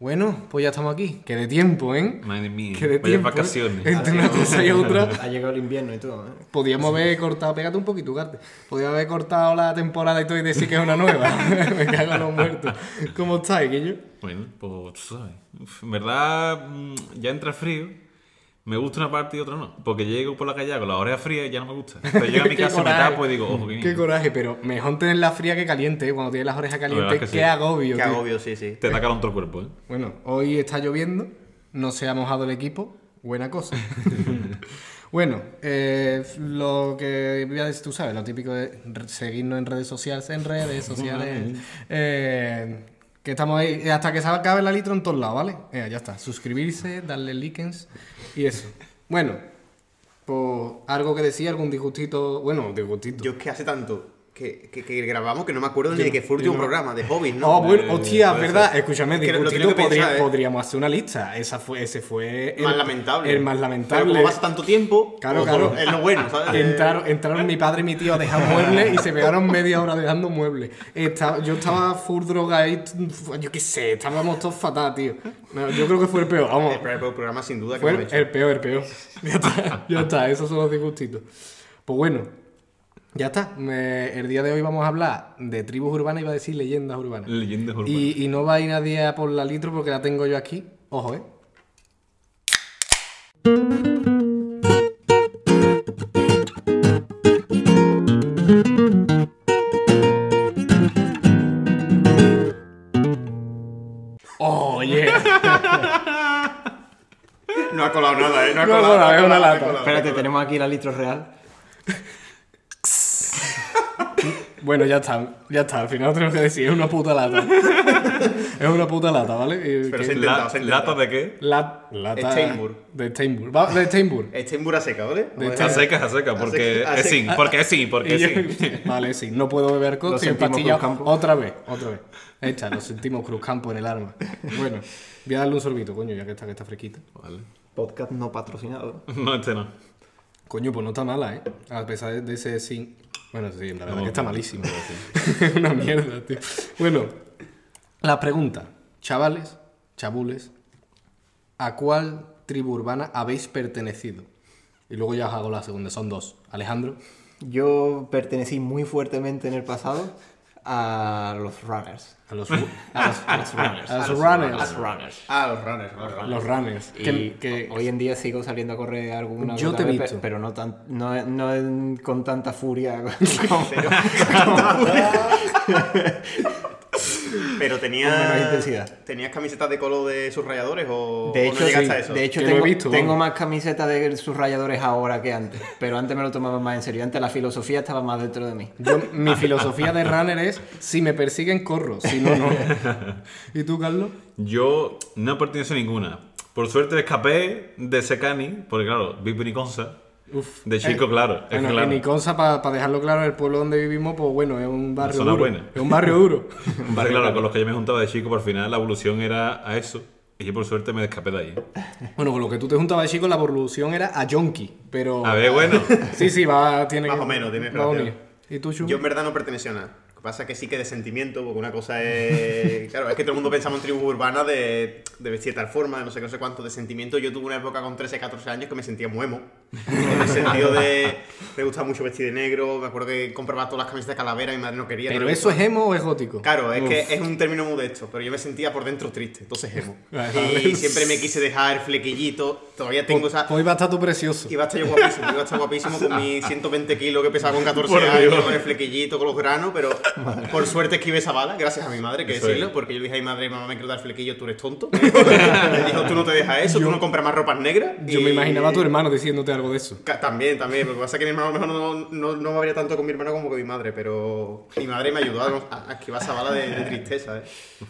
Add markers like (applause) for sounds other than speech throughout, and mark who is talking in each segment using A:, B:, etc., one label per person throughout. A: Bueno, pues ya estamos aquí. Que de tiempo, ¿eh?
B: Madre mía.
A: Que de
B: Mm, vaya
A: tiempo. ¿eh?
B: vacaciones.
A: Entre (laughs) una cosa y
B: (laughs)
A: otra.
C: Ha llegado el invierno y todo, ¿eh?
A: Podíamos haber cortado, pégate un poquito, Carte. Podíamos haber cortado la temporada y todo y decir que es una nueva. (laughs) Me cago en los muertos. ¿Cómo estáis, Guillo?
B: Bueno, pues tú sabes. Uf, En verdad, mm, ya entra frío. Me gusta una parte y otra no. Porque llego por la calle con las orejas frías y ya no me gusta.
A: (laughs)
B: Pero llego a mi
A: Qué
B: casa, me
A: coraje.
B: tapo y digo, ojo, que
A: Qué coraje, pero mejor tenerla fría que caliente, ¿eh? Cuando tienes las orejas
B: verdad
A: calientes,
B: es que
A: qué
B: sí.
A: agobio.
C: Qué
A: tío.
C: agobio, sí, sí.
B: Te da calor en todo el cuerpo, ¿eh?
A: Bueno, hoy está lloviendo, no se ha mojado el equipo, buena cosa. bueno, eh, lo que voy a decir, tú sabes, lo típico de re- seguirnos en redes sociales, en redes sociales. eh, que estamos ahí, eh, hasta que se acabe la litro en todos lados, ¿vale? Eh, ya está, suscribirse, darle likens y eso. Bueno, pues algo que decía, algún disgustito, bueno, disgustito.
D: Yo es que hace tanto que, que, que grabamos que no me acuerdo ni de que fue el último programa de hobbies, ¿no? eh,
A: Oh, bueno, hostia,
B: puede
A: verdad,
B: ser.
A: escúchame,
D: Es que lo
A: disgustito,
D: tengo que
A: podría-
D: pensar, ¿eh?
A: podríamos hacer una lista. Esa fue, ese fue
D: más lamentable.
A: El más lamentable.
D: Pero como pasa tanto tiempo,
A: Claro,
D: ojo,
A: claro.
D: es lo bueno, ¿sabes?
A: (laughs) Que entraron, entraron mi padre y mi tío a dejar muebles y se pegaron media hora dejando muebles. Esta- yo estaba full droga y yo qué sé, estábamos todos fatal, tío. No, yo creo que fue el peor, vamos.
D: El primer programa sin duda que
A: Fue
D: hemos
A: el,
D: hecho.
A: el peor, el peor. Ya está, ya está, esos son los disgustitos. Pues bueno, ya está. Me- el día de hoy vamos a hablar de tribus urbanas, iba a decir leyendas urbanas.
B: Leyendas urbanas.
A: Y, y no va a ir nadie a por la litro porque la tengo yo aquí. Ojo, eh.
D: (laughs)
A: Oye,
D: No ha colado nada, ¿eh? No
A: No ha colado, es una
D: ha colado, no ha colado,
A: lata.
D: no ha colado.
C: Espérate, tenemos aquí la litro real.
A: bueno, ya está, ya está. Al final tenemos que decir, es una puta
D: (laughs)
A: lata. es una puta lata, ¿vale? Eh,
D: Pero
A: que-
D: se ha intentado,
B: La-
D: se ha intentado.
B: ¿Latas de qué?
A: la, lata
D: Steinburg.
A: de Steinburg. Va, de Steinburg.
D: Está en bura seca, ¿vale?
A: De
B: A seca, a seca, porque
D: seca, a
B: es sin,
D: seca.
B: porque es sin,
A: Y
B: porque
A: yo-
B: es sin.
A: (laughs) vale, sí, no puedo beber
C: Lo
A: coca sin
C: sentimos,
A: pastilla.
C: Cruzcampo.
A: Otra vez, otra vez. Echa, lo sentimos Cruzcampo en el arma. Bueno, voy a darle un sorbito, coño, ya que está, que está fresquita.
B: Vale. (laughs)
C: Podcast no patrocinado.
B: No, este no.
A: Coño, pues no está mala, ¿eh? A pesar de- de ese sin... Bueno, sí, la verdad
B: No,
A: que está
B: no,
A: malísimo. (laughs) Una mierda, tío. Bueno, la pregunta. Chavales, chabules, ¿a cuál tribu urbana habéis pertenecido? Y luego ya os hago la segunda, son dos. Alejandro.
C: Yo pertenecí muy fuertemente en el pasado a los runners.
A: A los, ru-
C: A los, a los runners.
A: A los
C: A los
A: runners.
C: runners.
D: Ah, los runners, los runners.
A: Los runners.
C: Y
A: Que, que-
C: hoy en día sigo saliendo a correr alguna
A: Yo
C: que
A: te he
C: otra vez,
A: visto.
C: pe- pero no, tan, no, no en- con tanta furia (laughs) como,
A: (laughs)
D: Pero tenías.
C: Con menos intensidad.
D: ¿Tenías camisetas de color de sus rayadores o,
C: De
D: o
C: hecho,
D: no llegaste
C: sí,
D: a eso?
C: de hecho
A: Que lo he
C: tengo,
A: visto,
C: tengo
A: vamos.
C: más camisetas de sus rayadores ahora que antes, pero antes me lo tomaba más en serio. Antes la filosofía estaba más dentro de mí.
A: yo- mi filosofía de runner es, si me persiguen, corro. Si no, no. ¿Y tú, Carlos?
B: Yo no pertenezco a ninguna. Por suerte escapé de Secani, porque claro, vivo en Iconza. de chico,
A: Eh,
B: claro. Es
A: Bueno,
B: claro.
A: en Iconza, para dejarlo claro, el pueblo donde vivimos, pues bueno, es un barrio
B: Zona
A: duro.
B: buena.
A: Es un barrio duro.
B: Entonces, claro, con los que yo me juntaba de chico, por final la evolución era a eso. Y yo por suerte me escapé de ahí.
A: bueno, con lo que tú te juntabas, chicos, la evolución era a Yonki. Pero...
B: A ver, bueno.
A: Sí, sí, va, tiene
D: Más
A: que-
D: o menos, tiene
A: va a
D: relación.
A: unir. ¿Y tú, Chu?
D: Yo en verdad no pertenecía a nada. Lo que pasa es que sí que de sentimiento, porque una cosa es. (laughs) Claro, es que todo el mundo pensamos en tribus urbanas de, de vestir de tal forma, de no sé qué, no sé cuánto. De sentimiento, yo tuve una época con 13, 14 años que me sentía muy emo. En el sentido de. Me gustaba mucho vestir de negro, me acuerdo que compraba todas las camisetas de calavera y mi madre no quería. no
A: ¿Pero
D: le
A: eso es
D: gustaba.
A: emo o es gótico?
D: Claro, es que
A: Uf.
D: es un término modesto, pero yo me sentía por dentro triste, entonces
C: (laughs)
D: emo.
A: Vale.
D: Y siempre me quise dejar el flequillito, todavía tengo esa.
A: Pues hoy va a estar tu precioso.
D: Iba a estar yo guapísimo, iba a estar guapísimo con mis 120 kilos que pesaba con 14
B: Por
D: años,
B: Dios.
D: con el flequillito, con los granos, pero por suerte esquivé esa bala, gracias a mi madre, que
B: Eso
D: decirlo,
B: es.
D: porque yo le dije a mi madre, mamá, me quiero dar flequillo, tú eres tonto. (laughs) Me dijo, tú no te dejas eso, tú no compras más ropas negras.
A: Yo
D: y-
A: me imaginaba a tu hermano diciénite algo de eso.
D: Ca- También, también, lo que pasa es que mi hermano a lo mejor no, no, no me habría tanto con mi hermano como con mi madre, pero mi madre me ayudó a, a- a esquivar esa bala de, de tristeza, ¿eh?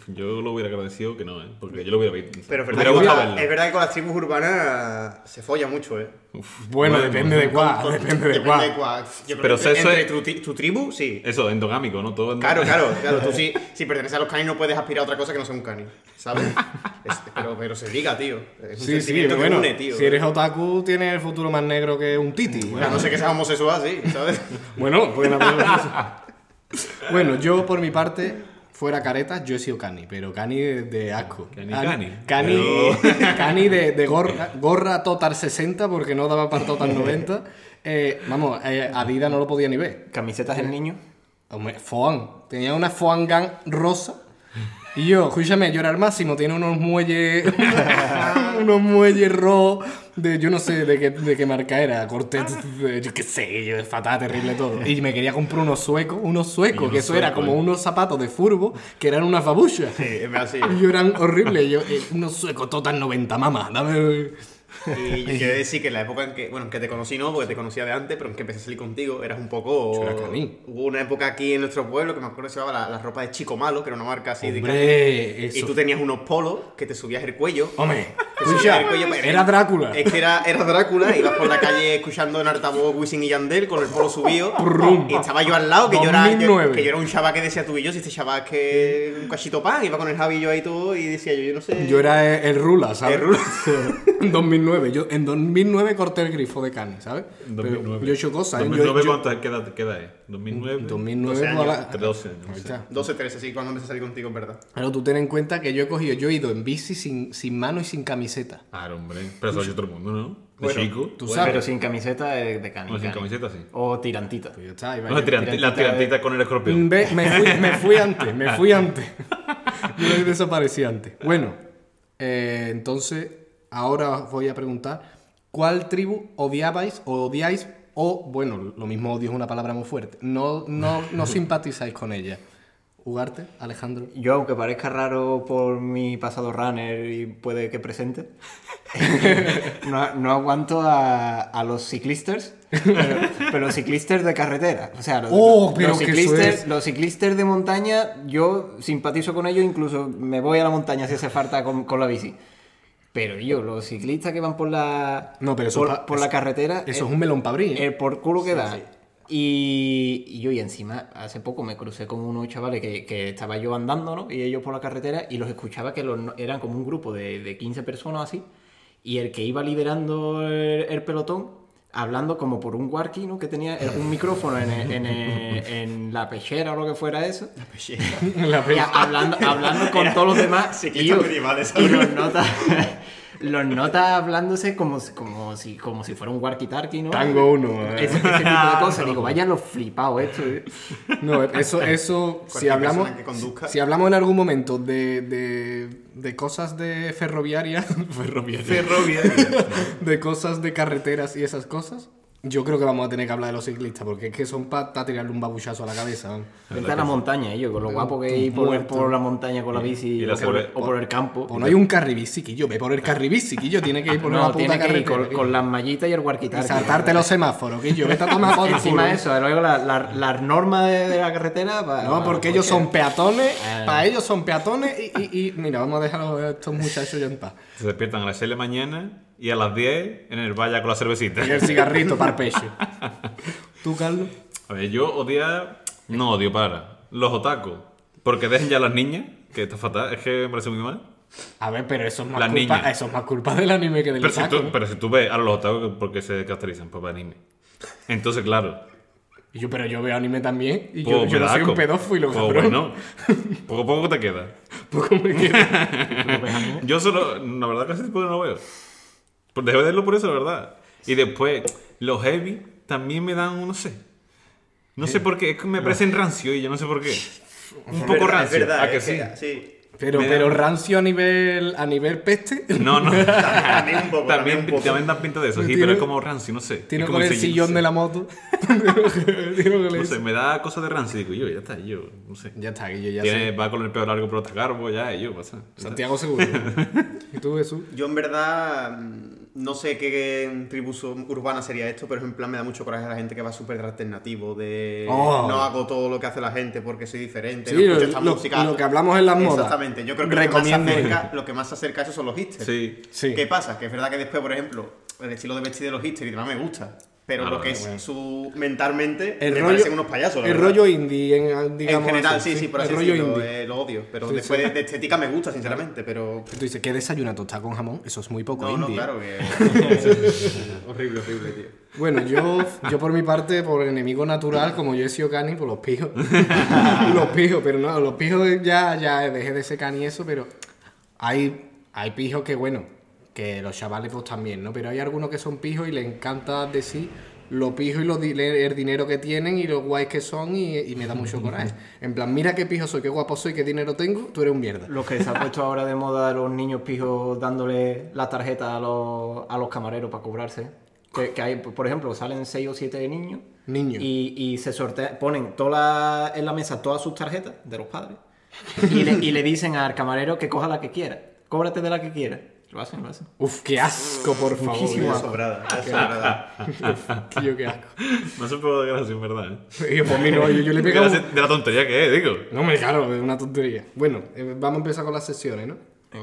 B: Yo lo hubiera agradecido que no, ¿eh? Porque yo lo hubiera visto.
D: Pero es
B: Me hubiera
D: verdad, que con
B: gustado
D: la-
B: verlo.
D: es verdad que con las tribus urbanas se folla mucho, ¿eh?
B: Uf,
A: Bueno, depende de cuál,
D: Con-
A: depende de cuál.
D: cuál. Yo creo
B: Pero
D: que
B: si eso
D: entre
B: es-
D: tu, ti- tu tribu, sí.
B: Eso, endogámico, ¿no? Todo
D: Claro, claro,
A: (laughs)
D: claro. Tú sí, si perteneces a los canis no puedes aspirar a otra cosa que no sea un cani, ¿sabes? Es- pero, pero se liga, tío. Es
A: Sí,
D: un
A: sí,
D: sentimiento que
A: bueno,
D: une, tío.
A: si eres otaku, tienes el futuro más negro que un titi.
D: A no ser que
A: (laughs)
D: seas homosexual, sí, ¿sabes?
A: Bueno, pueden hablar de eso. Bueno, yo por mi parte fuera careta, yo he sido cani, pero cani de, de asco.
B: Cani,
A: cani.
B: cani.
A: Cani, (laughs) cani de, de gorra, gorra Total 60 porque no daba para Total 90. Eh, vamos, eh, Adidas no lo podía ni ver.
C: ¿Camisetas
A: Eh,
C: del niño?
A: Hombre, Foan. Tenía una Foan Gun rosa. Y yo, escúchame, yo era el máximo. Tiene unos muelles. (laughs) unos muelles rojos. De, yo no sé de qué, de qué marca era. Cortés. de- yo qué sé, yo es fatal, terrible todo. Y me quería comprar unos suecos. Unos suecos,
B: unos
A: que eso era
B: suecos,
A: como
B: eh.
A: unos zapatos de furbo que eran unas babuchas.
D: Sí, es verdad, sí.
A: Y yo eran horribles. Yo, eh, unos suecos total 90 mamas. Dame.
D: Y yo quiero decir que en la época en que, bueno, en que te conocí no, porque te conocía de antes, pero en que empecé a salir contigo, eras un poco...
A: Yo era caní.
D: Hubo una época aquí en nuestro pueblo que me acuerdo que se llamaba la, la ropa de Chico Malo, que era una marca así de...
A: Hombre,
D: Y
A: eso.
D: tú tenías unos polos que te subías el cuello.
A: Hombre,
D: Te subías el
A: escucha,
D: cuello, pero-
A: era Drácula.
D: pues, Es que era, era Drácula, ibas por la calle escuchando en altavoz Wisin y Yandel con el polo subido.
A: Prum.
D: Y estaba yo al lado, que yo, era, yo-
A: 2009.
D: que yo era un chaval que decía tú y yo, si este chaval es que es un cachito pan, iba con el Javi y yo ahí todo y decía yo, yo no sé.
A: Yo era el, el Rula, ¿sabes?
D: El Rula.
A: (laughs) en 2009. Yo en 2009 corté el grifo de Cani, ¿sabes?
B: En
A: Pero
B: 2009.
A: yo he hecho cosas. ¿eh? Yo-
B: 2009,
A: yo-
B: ¿cuánto qué edad, qué edad es? 2009.
A: 2009
D: 12
A: pues, a
D: años,
A: la-
B: 13, no
A: Ahí
B: sé.
A: está.
D: 12, 13, sí, cuando empecé a salir contigo,
A: (laughs)
D: en verdad.
A: Pero tú ten en cuenta que yo he cogido, yo he ido en bici sin, sin mano y sin camiseta.
B: Claro, hombre. Pero eso es otro mundo, ¿no? De
A: Bueno,
B: chico.
A: tú
C: Pues,
A: sabes.
C: Pero sin camiseta de, de cani.
B: No, sin
C: cani.
B: camiseta, sí.
C: O tirantita.
A: Pues ya está, iba
B: No, la
A: yo.
B: tirantita, la tirantita con el escorpión.
A: Ve, me, fui, me fui antes, me fui (laughs) antes. Yo desaparecí antes. Bueno, eh, entonces ahora os voy a preguntar, ¿cuál tribu odiabais o odiáis o, bueno, lo mismo odio es una palabra muy fuerte, no, no, (laughs) no simpatizáis con ella? Ugarte, Alejandro.
C: Yo, aunque parezca raro por mi pasado runner y puede que presente, (laughs) no, no aguanto a, a los ciclistas, pero, pero ciclistas de carretera. O sea, los,
A: Oh, pero
C: los
A: que eso
C: ciclistas,
A: es.
C: los ciclistas de montaña, yo simpatizo con ellos, incluso me voy a la montaña si hace falta con, con la bici. Pero yo, los ciclistas que van por la,
A: No, pero eso
C: por,
A: pa-
C: por la carretera,
A: Eso
C: eh,
A: es un melón para abrir. ¿eh?
C: el por culo que da. Y, y yo, y encima, hace poco me crucé con unos chavales que, que estaba yo andando, ¿no? Y ellos por la carretera y los escuchaba que los, eran como un grupo de, de 15 personas así. Y el que iba liderando el, el pelotón, hablando como por un walkie, ¿no? Que tenía el- un micrófono en, el- en el- en la pechera o lo que fuera eso.
A: (laughs)
D: Pues
A: La
C: Y
A: pe-
C: a- hablando, hablando con todos
A: (laughs)
C: los demás.
D: ciclistas
C: tío,
D: medievales,
C: Y
D: ¿sabes?
C: los nota, (laughs) los nota hablándose como, si- como, si, como si fuera un walkie-talkie, ¿no?
A: Tango
C: (laughs)
A: uno. ¿eh? (laughs)
C: Ese, ese tipo de cosas. Digo, vaya lo flipado esto. eh.
A: No, eso, eso si
D: Cualquier
A: hablamos,
D: persona que conduzca.
A: si hablamos en algún momento de, de, de cosas de (laughs) ferroviaria, ferroviaria,
D: (laughs)
A: de cosas de carreteras y esas cosas, yo creo que vamos a tener que hablar de los ciclistas, porque es que son para tirarle un babuchazo a la cabeza. vamos.
C: Vete a la montaña, ellos, con lo guapo que es ir por,
A: Muerto.
C: por la montaña con la bici
B: y la
C: o, por,
B: cerve-
C: o por el campo.
A: O no hay un carribiciquillo, ve por el carribiciquillo, tiene que ir por
C: No,
A: una
C: tiene
A: puta
C: que ir
A: carretera.
C: con, con las mallitas y el
A: y
C: walkie-talkie.
A: saltarte los semáforos, que yo, vete a tomar por
C: Encima
A: culo.
C: de eso, luego la- la- las normas de, de la carretera. pa-
A: No,
C: pa-
A: porque ellos son peatones,
C: Ah.
A: para ellos son peatones y, y- y- mira, vamos a dejar a estos muchachos ya en paz.
B: Se despiertan a las 6 de la mañana y a las 10 en el valla con la cervecita.
A: (laughs) Y el cigarrito para el
C: (laughs)
A: pecho. ¿Tú, Carlos?
B: A ver, yo odia. No odio, para. Los otaku. Porque dejen ya a las niñas, que está fatal, es que me parece muy mal.
A: A ver, pero eso es más,
B: Las
A: culpa,
B: niñas.
A: eso es más culpa del anime que del
B: Pero si,
A: otaku,
B: tú,
A: ¿no?
B: pero si tú ves a los otaku, ¿por qué se caracterizan? Pues para anime. Entonces, claro.
A: Y yo, pero yo veo anime también y (laughs) yo,
B: pues,
A: yo
B: me
A: no
B: da
A: soy un
B: asco.
A: pedófilo,
B: Pues,
A: cabrón. (laughs)
B: bueno, poco a poco te queda.
A: Poco me queda.
B: Yo solo, la verdad, casi tipo no veo. Por- Dejé de verlo por eso, la verdad. Y después, los heavy también me dan, no sé. No sé por qué, es que me parecen rancio y yo no sé por qué.
A: (laughs)
B: Un
D: Es
B: poco
D: verdad,
B: rancio.
D: Es verdad,
B: ¿a que
D: es
B: sí?
D: sí.
A: Pero,
B: Me da-
A: pero rancio a nivel, a nivel peste. (laughs)
B: No, no.
D: (laughs) También un poco, también un
B: también,
D: poco.
B: también dan pinta de eso,
A: Pero
B: sí,
A: tiene-
B: pero es como rancio, no sé.
A: Tiene
B: Es como
A: con el
B: ese-
A: sillón
B: no
A: de
B: sé.
A: la
B: (laughs)
A: moto. (laughs) Tiene con el-
B: No sé, me da cosa de rancio. Digo, yo, ya está, yo, no sé.
A: Ya está, Guillo, ya sé.
B: Tiene, va con el pelo largo, pero está calvo, ya, y yo, pasa.
A: Santiago
B: (laughs)
A: Seguro. ¿Y tú, Jesús?
D: Yo en verdad mm, no sé qué, qué tribu so- urbana sería esto, pero en plan me da mucho coraje a la gente que va súper de alternativo, de
A: Oh.
D: no hago todo lo que hace la gente porque soy diferente,
A: Sí,
D: no escucho
A: lo-
D: esta
A: lo-
D: música.
A: lo que hablamos en las modas.
D: Exactamente, yo creo que
A: Recomiendo-
D: lo, que más se acerca, lo que más se acerca a eso son los hipsters.
B: Sí.
A: Sí.
D: ¿Qué pasa? Que es verdad que después, por ejemplo, el estilo de vestir de los hipsters y demás me gusta. Pero
B: Ah,
D: lo
B: vale,
D: que es
B: bueno.
D: su mentalmente
A: El
D: me
A: rollo-
D: parecen unos payasos. la
A: El
D: verdad.
A: rollo indie, en,
D: en
A: digamos.
D: general,
A: así,
D: sí, sí, por así
A: El rollo
D: decirlo,
A: indie.
D: eh, lo odio. Pero
A: Sí,
D: después
A: sí.
D: de- de estética me gusta, sinceramente, pero
A: Tú dices, ¿qué desayuna tostada con jamón? Eso es muy poco
D: No, no,
A: indie.
D: claro que. horrible, horrible, tío.
A: Bueno, yo, yo por mi parte, por enemigo natural, como yo he sido cani, por los pijos. los pijos, pero no, los pijos ya, ya dejé de ser cani y eso, pero hay, hay pijos que, bueno, que los chavales pues también, ¿no? Pero hay algunos que son pijos y les encanta decir lo pijo y lo, di- el dinero que tienen y lo guays que son y, y me da mucho coraje. En plan, mira qué pijo soy, qué guapo soy, qué dinero tengo, tú eres un mierda.
C: Lo que se ha puesto ahora de moda los niños pijos dándole las tarjetas a los, a los camareros para cobrarse. Que, que hay, por ejemplo, salen 6 o 7 niños.
A: Niños.
C: Y, y se sortea, ponen toda la- en la mesa todas sus tarjetas de los padres. Y le, y le dicen al camarero que coja la que quiera. Cóbrate de la que quiera. Lo hacen, lo hacen.
A: Uf, qué asco, por favor.
C: Muchísimo
A: Dios,
C: asco.
D: Sobrada, ya sobrada.
A: Tío, qué asco.
B: No se puede gracia, en verdad.
A: Y yo, por mí no, yo, yo le pegaba...
B: Gracia de la tontería que es, digo.
A: No me claro, es una tontería. Bueno, eh, vamos a empezar con las sesiones, ¿no?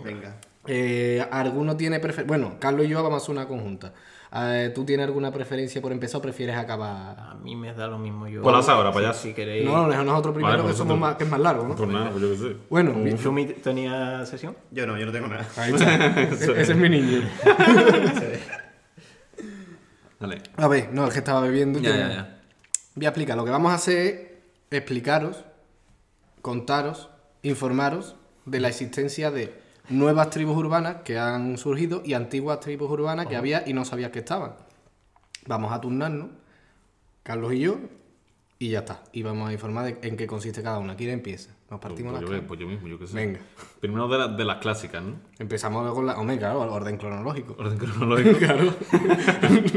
D: Venga.
A: Eh, ¿Alguno tiene preferencia? Bueno, Carlos y yo vamos a hacer una conjunta. Eh, ¿Tú tienes alguna preferencia por empezar o prefieres acabar?
C: A mí me da lo mismo yo.
B: Por las Pues ahora,
C: si-
B: payaso.
C: Si queréis.
A: No, no, déjanos otro primero
B: Eh, Vale,
A: que,
B: pues
A: somos
B: tú.
A: más, que es más largo, ¿no?
B: Por nada, pues yo qué sé.
A: Bueno, mi-
C: ¿Flumi tenía sesión?
D: Yo no, yo no tengo nada.
A: ahí está. (laughs) Ese ese es mi
B: (laughs)
A: niño.
B: Dale.
A: A ver, no, es que estaba bebiendo. y
B: Ya,
A: que-
B: ya, ya.
A: Voy a explicar. Lo que vamos a hacer es explicaros, contaros, informaros de la existencia de nuevas tribus urbanas que han surgido y antiguas tribus urbanas que había y no sabías que estaban. Vamos a turnarnos, Carlos y yo, y ya está. Y vamos a informar de en qué consiste cada una. ¿Quién empieza? Nos
B: Pues,
A: partimos las
B: yo,
A: caras.
B: pues yo mismo, yo qué sé.
A: Venga.
B: Primero de, la- de las clásicas, ¿no?
A: Empezamos con la... Hombre, claro, orden
B: (laughs)
A: cronológico.
B: Orden
A: (laughs)
B: cronológico.
A: Claro.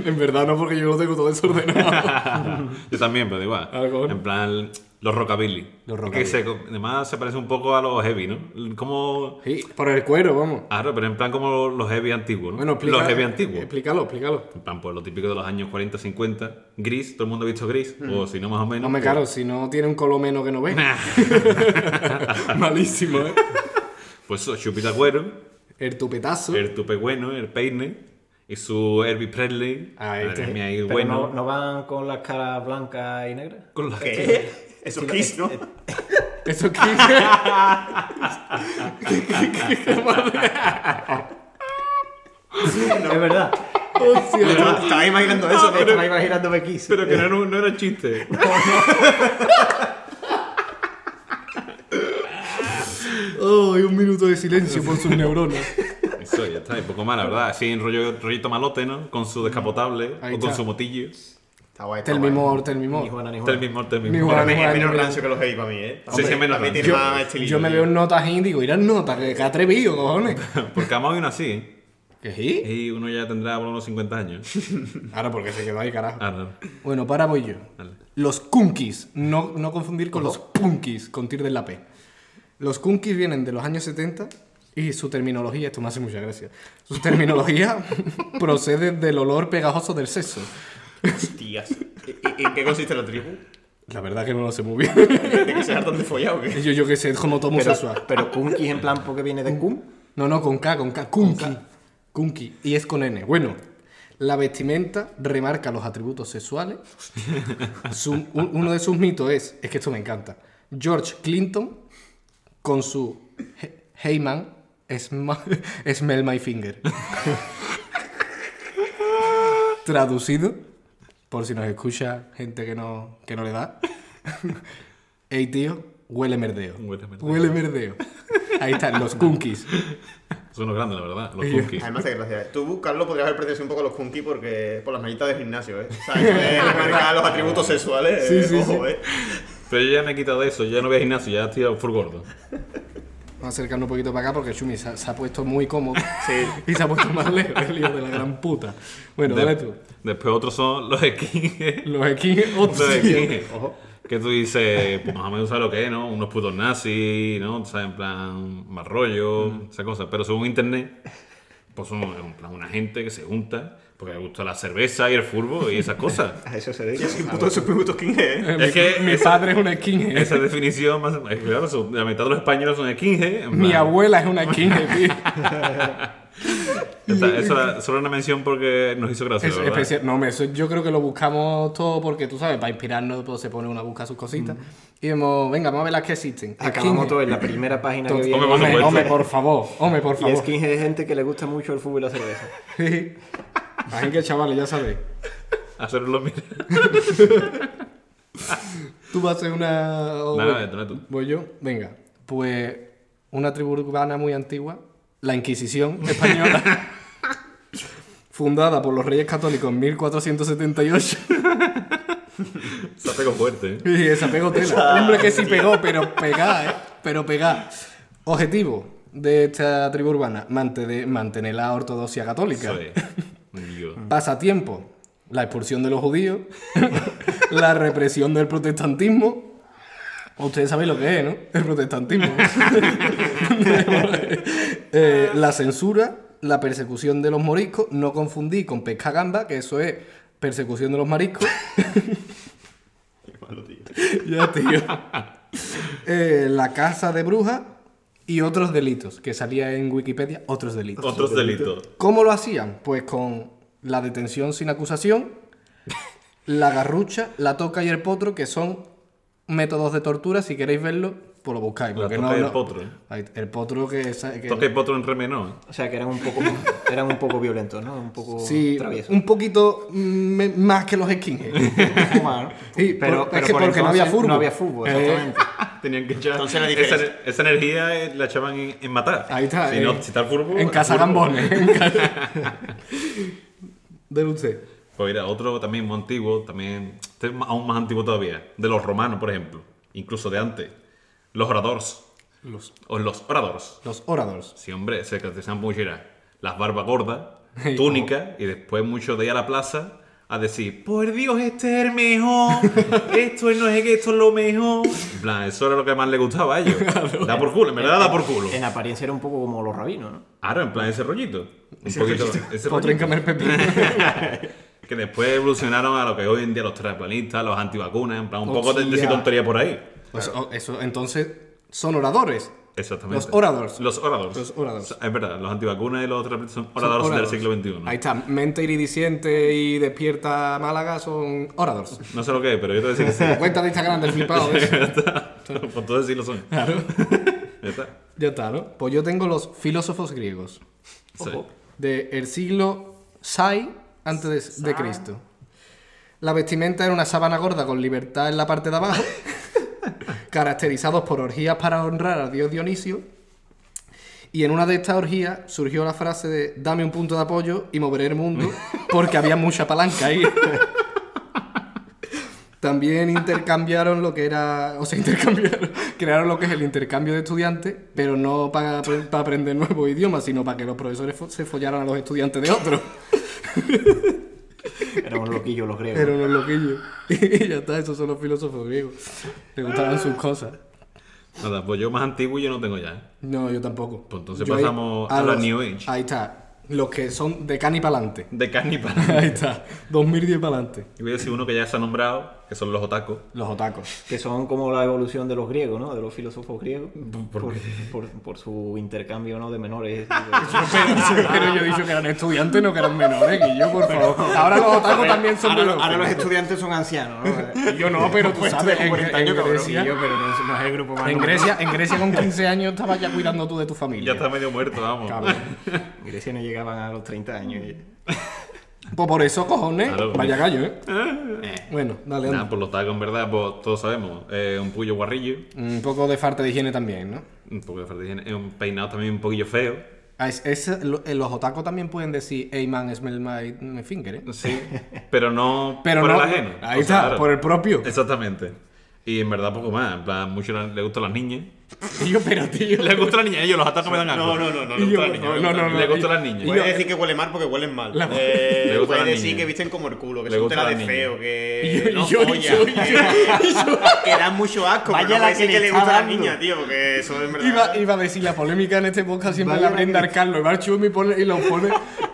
A: en verdad no, porque yo lo tengo todo
B: (laughs)
A: desordenado.
B: (laughs) yo también, pero igual.
A: Algo.
B: En plan, los rockabilly.
A: Ah, Los
B: Que se- además se parece un poco a los heavy, ¿no? Como...
A: Sí, por el cuero, vamos.
B: Claro, Ah, pero en plan como los heavy antiguos, ¿no?
A: Bueno, explica-
B: los heavy antiguos.
A: Explícalo, explícalo.
B: En plan, pues lo típico de los años 40, 50. Gris, todo el mundo ha visto gris. O si no, más o menos.
A: No Mm. me
B: pues-
A: caro, si no tiene un color menos que no ve. (laughs) Malísimo, ¿eh?
B: (laughs) Pues eso, Chupita Cuero,
A: El tupetazo.
B: el Tupe Bueno, el Peine y su Elvis Presley.
A: Ah, este.
B: Madre mía, y
C: Pero
B: bueno.
C: no, no van con las caras blancas y negras?
B: Con la
D: ¿Qué? Eso es Kiss, ¿no?
A: Eso que.
C: Es verdad.
A: Hostia,
D: Estaba imaginando eso.
C: Me estaba imaginándome Kiss.
B: Pero que no era, un- no era
A: (laughs)
B: chiste.
A: (laughs) oh, y un minuto de silencio por sus neuronas.
B: Eso, ya está. Y poco más, la verdad. Así en rollo, rollito malote, ¿no? Con su descapotable
A: Ahí
B: o con
A: está.
B: su motillo.
D: Está guay, está
A: Tell me
D: guay.
A: more, tell me
C: Ni
A: more.
C: Juana ni
B: Está el
C: Juana.
B: mismo, está el
A: Ni
B: mismo.
A: igual.
D: Pero me- es
A: Juan,
D: menos
A: Juan.
D: rancio que los heavy para mí, ¿eh?
B: Sí, sí, es menos
D: Para mí tiene
B: rancio.
D: más estilillo.
A: Yo me veo en notas indie y digo, irán notas, que, que atrevido, cojones.
B: (laughs) Porque además hoy uno así, ¿eh?
A: ¿Qué sí?
B: Y uno ya tendrá por unos 50 años.
A: (laughs) Ahora porque se quedó ahí, carajo.
B: Ah, no.
A: Bueno, para voy yo.
B: Dale.
A: Los kunkies. No, no confundir con los punkis, con tir de la P. Los kunkies vienen de los años 70 y su terminología, esto me hace mucha gracia, su terminología procede del olor pegajoso del sexo.
D: Hostias. ¿Y- y- ¿En qué consiste la tribu?
A: La verdad que no lo sé muy bien. (laughs)
D: ¿De que se hartan de follado o qué?
A: yo, yo que sé, es como todo homosexual.
C: Pero, pero Kunki es en plan porque viene de Kun.
A: No, no, con K, con K. Kunki. Kunki. Y es con N. Bueno, la vestimenta remarca los atributos sexuales. Su- un- uno de sus mitos es, es que esto me encanta, George Clinton con su He- Hey man, (laughs) sma- smell my finger. Traducido, por si nos escucha gente que no, que no le da. (laughs) Hey tío, huele merdeo.
B: Huele merdeo.
A: Huele merdeo. Ahí están los kunkies.
B: Son los grandes, la verdad. Los
A: Y-
B: cookies.
D: Además, de gracia. Tú, Carlos, podrías haber pretendido un poco a los kunky porque por las manitas de gimnasio, ¿eh? ¿Sabes? De marcar los atributos sexuales. eh,
A: Sí, sí,
D: Ojo,
A: sí.
D: ¿eh?
B: Pero yo ya me he quitado de eso. Ya no voy a gimnasio. Ya estoy a full gordo.
A: Vamos a acercarnos un poquito para acá porque Chumi se, ha- se ha puesto muy cómodo
D: Sí.
A: (laughs) y se ha puesto más lejos el lío de la gran puta. Bueno,
B: De-
A: dale tú.
B: Después otros son los skins.
A: (laughs) Los oh, skins,
B: Los
A: hostia. (laughs)
B: skins. Que tú dices, pues más o menos sabes lo que es, ¿no? Unos putos nazis, ¿no? Tú sabes, en plan, mal rollo,
A: Mm.
B: esa cosa. Pero según internet, pues son en plan una gente que se junta porque le gusta la cerveza y el furbo y esas cosas.
A: (laughs)
C: A eso se dedica.
D: Yo soy un puto, soy un puto skinhead, ¿eh?
A: Eh, mi,
B: Es que
A: mi
B: esa-
A: padre es una skinhead.
B: Esa definición, más, ¿eh? es claro, son- la mitad de los españoles son skins.
A: Mi abuela es una skinhead, tío.
B: Ya está, eso era solo una mención porque nos hizo gracia.
A: Es-
B: ¿verdad?
A: especial- no, hombre, eso yo creo que lo buscamos todo porque tú sabes, para inspirarnos, pues, se pone una busca sus cositas. Y vemos, venga, vamos a ver las que existen.
C: Acabamos
A: Skinhead.
C: todo en la primera página que
A: Tot-
B: Hombre,
C: viene.
B: por
A: Hombre,
B: supuesto.
A: hombre, por favor, hombre, por
C: Y
A: favor.
C: es que hay gente que le gusta mucho el fútbol y la cerveza.
A: (laughs) Sí. Así que chavales, ya sabéis.
B: Hacerlo mira. (laughs)
A: Tú vas a hacer una. o
B: No,
A: voy-
B: no, no, tú.
A: Voy yo. Venga. Pues una tribu urbana muy antigua, la Inquisición española. fundada por los Reyes Católicos en 1478.
B: Se ha pegado fuerte. ¿eh?
A: (laughs) Y esa pegó tela. Hombre, que sí pegó, pero pegá, ¿eh? Pero pegá. Objetivo de esta tribu urbana: mantene- mantener la ortodoxia católica.
B: Joder. Digo.
A: (laughs) Pasatiempo: la expulsión de los judíos, (laughs) la represión del protestantismo. Ustedes saben lo que es, ¿no? El protestantismo. (laughs) Eh, la censura, la persecución de los moriscos, no confundí con pesca gamba, que eso es persecución de los mariscos. (laughs)
D: Qué malo, tío. (laughs)
A: Ya, tío. Eh, la casa de brujas y otros delitos, que salía en Wikipedia, otros delitos.
B: Otros delitos.
A: ¿Cómo lo hacían? Pues con la detención sin acusación, la garrucha, la toca y el potro, que son métodos de tortura. Si queréis verlo, pues lo buscáis.
B: La
A: Porque
B: toca
A: no,
B: y el
A: no-
B: potro, ¿eh?
A: Ahí, el potro que... sa- que-
B: Toque potro en re menor.
C: O sea, que eran un poco, eran un poco violentos, ¿no? Un poco
A: Sí,
C: traviesos.
A: un poquito mm, me- más que los skinheads.
B: (laughs)
C: Un poco más, ¿no?
A: Sí, por- es que
C: por
A: porque no
C: entonces
A: había fútbol.
C: No había fútbol,
A: Eh,
C: exactamente.
B: Tenían que echar.
D: Entonces la
B: esa,
D: diferencia-
B: esa energía eh, la echaban en, en matar.
A: Ahí está.
B: Si
A: eh,
B: no, si está el furbo.
A: En
B: al
A: casa
B: furbo.
A: gambones.
B: (laughs)
A: en casa- Del usted.
B: Pues mira, otro también muy antiguo, también este es ma- aún más antiguo todavía, de los romanos, por ejemplo, incluso de antes. Los oradores.
A: Los,
B: O los oradores.
A: los oradors.
B: Sí, hombre, se caracterizan por era las barbas gordas, túnica, y después muchos de ir a la plaza a decir, por Dios, este es el mejor, esto es no es que esto es lo mejor. En plan, eso era lo que más le gustaba a ellos. Da por culo, en verdad da por culo.
C: En apariencia era un poco como los rabinos,
A: (laughs)
C: ¿no?
B: Ahora, en plan, ese rollito. Un poquito. Ese rollito.
A: Potríncame el pepino.
B: Que después evolucionaron a lo que hoy en día los terraplanistas, los antivacunas, en plan, un poco de, de
A: Hostia.
B: tontería por ahí.
A: (laughs) Pues, o- eso, entonces, son oradores.
B: Exactamente.
A: Los oradores.
B: Los oradores.
A: Los oradores.
B: Es verdad, los antivacunas y los terraplanistas son oradores,
A: Son
B: del siglo XXI.
A: Ahí está. Mente iridiciente y despierta Málaga son oradores.
B: No sé lo que es, pero yo te voy a decir que sí.
A: La cuenta de Instagram del
B: (laughs)
A: flipado. ese.
B: Por todo decirlo son. Ya está.
A: Ya está, ¿no? Pues yo tengo los filósofos griegos.
B: Sí.
A: del siglo VI antes de, de Cristo. La vestimenta era una sábana gorda con libertad en la parte de
B: (laughs)
A: abajo, caracterizados por orgías para honrar al dios Dionisio. Y en una de estas orgías surgió la frase de dame un punto de apoyo y moveré el mundo, porque había mucha palanca
B: (laughs)
A: ahí. También intercambiaron lo que era, o sea, (laughs) intercambiaron, crearon lo que es el intercambio de estudiantes, pero no para, para aprender nuevos idiomas, sino para que los profesores fo- se follaran a los estudiantes de otros. (laughs)
C: Eran unos loquillos los griegos.
A: Era unos loquillos. (laughs) Y ya está, esos son los filósofos griegos. Te gustaban sus cosas.
B: Nada, pues yo más antiguo yo no tengo ya.
A: No, yo tampoco.
B: Pues entonces
A: Yo ahí-
B: pasamos a la New Age.
A: Ahí está, los que son de cani para adelante.
B: De caníbal.
A: (laughs) Ahí está, 2010 para adelante.
B: Y voy a decir uno que ya se ha nombrado, que son los otacos.
A: Los otacos. (laughs)
C: Que son como la evolución de los griegos, ¿no? De los filósofos griegos.
B: por
C: por- por su intercambio, ¿no?
A: (laughs)
C: De menores.
A: Pero, pero yo he dicho que eran estudiantes, no que eran menores, y yo, por favor. Ahora los otacos también son
C: ahora,
A: menores.
C: ahora los estudiantes son ancianos, ¿no?
A: Yo no, pero tú
C: Pues
A: sabes,
C: como
A: en,
C: 40
A: en
C: años, cabrón.
A: Grecia,
C: Sí, yo, pero no, es- no es el grupo más
A: en,
C: numeroso.
A: Grecia, en Grecia con 15 años estabas ya cuidando tú de tu
B: Ya
A: familia.
B: está medio muerto, vamos.
A: Cabrón.
C: En Grecia no llegaban a los 30 años.
A: Pues por eso, cojones,
B: Claro.
A: vaya gallo, ¿eh? Bueno, dale, anda.
B: Nada, pues los otacos en verdad, pues todos sabemos. eh, un puyo guarrillo.
A: Un poco de falta de higiene también, ¿no?
B: Un poco de falta de higiene, eh, Un peinado también un poquillo feo.
A: Ah, es- es- lo- eh, los otacos también pueden decir, hey man, smell my, my finger, ¿eh?
B: Sí. Pero no
A: Pero
B: por
A: no,
B: el ajeno.
A: ahí
B: O sea,
A: está,
B: claro.
A: por el propio.
B: Exactamente. Y en verdad poco más. En plan, mucho la- le gustan las niñas.
A: (laughs) Y yo, pero tío,
B: Le gustan las niñas, ellos los atacos me dan algo.
D: No, no, no, no.
A: Y
D: Le
A: yo,
D: gusta a la niña,
A: no,
D: le
A: no,
D: gusta a la
A: no,
D: niña.
B: Le
A: no,
B: gustan
A: y-
B: las niñas.
D: Puedes decir que huelen mal porque huelen mal.
A: La-
D: Eh,
B: Le gusta
D: puedes
B: la
D: decir
B: niña.
D: que visten como el culo, que
B: Le
D: son
B: gusta
D: tela
B: la
D: de
B: niña.
D: feo, que
A: Y yo-
D: no
A: y yo- y yo-
D: follan, (laughs)
A: y
D: que- que dan mucho asco.
C: Vaya
D: pero no
C: la
D: puedes
C: que
D: decir que
C: le
D: le
C: está
D: gusta a la
C: dando.
D: niña, tío, porque eso es verdad.
A: Iba, iba a decir la polémica en este podcast siempre
C: Vaya
A: la brinda
C: la-
A: el Carlos, va al chumi y pone- y lo pone.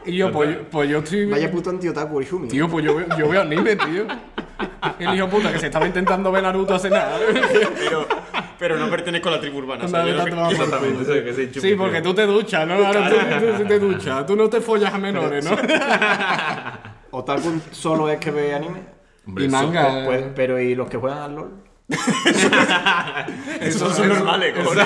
A: Y yo, pues, yo- pues yo estoy.
C: Vaya puto antiotaku el Shumi.
A: Tío, pues yo veo, yo veo anime, tío. El hijo puta que se estaba intentando ver Naruto hace nada.
D: Pero, pero no pertenezco a la tribu urbana. o sea,
A: Anda,
D: yo no-
A: vete a tomar por
B: Exactamente,
A: culo.
B: eso es que se chupa,
A: Sí,
B: tío.
A: porque tú te duchas, ¿no? Ahora tú, tú sí te duchas. Tú no te follas a menores, ¿no?
C: Otaku solo es que ve anime.
B: Hombre,
A: y
B: eso-
A: manga.
C: Pues- pero ¿y los que juegan al LOL?
D: Esos son normales, cojones.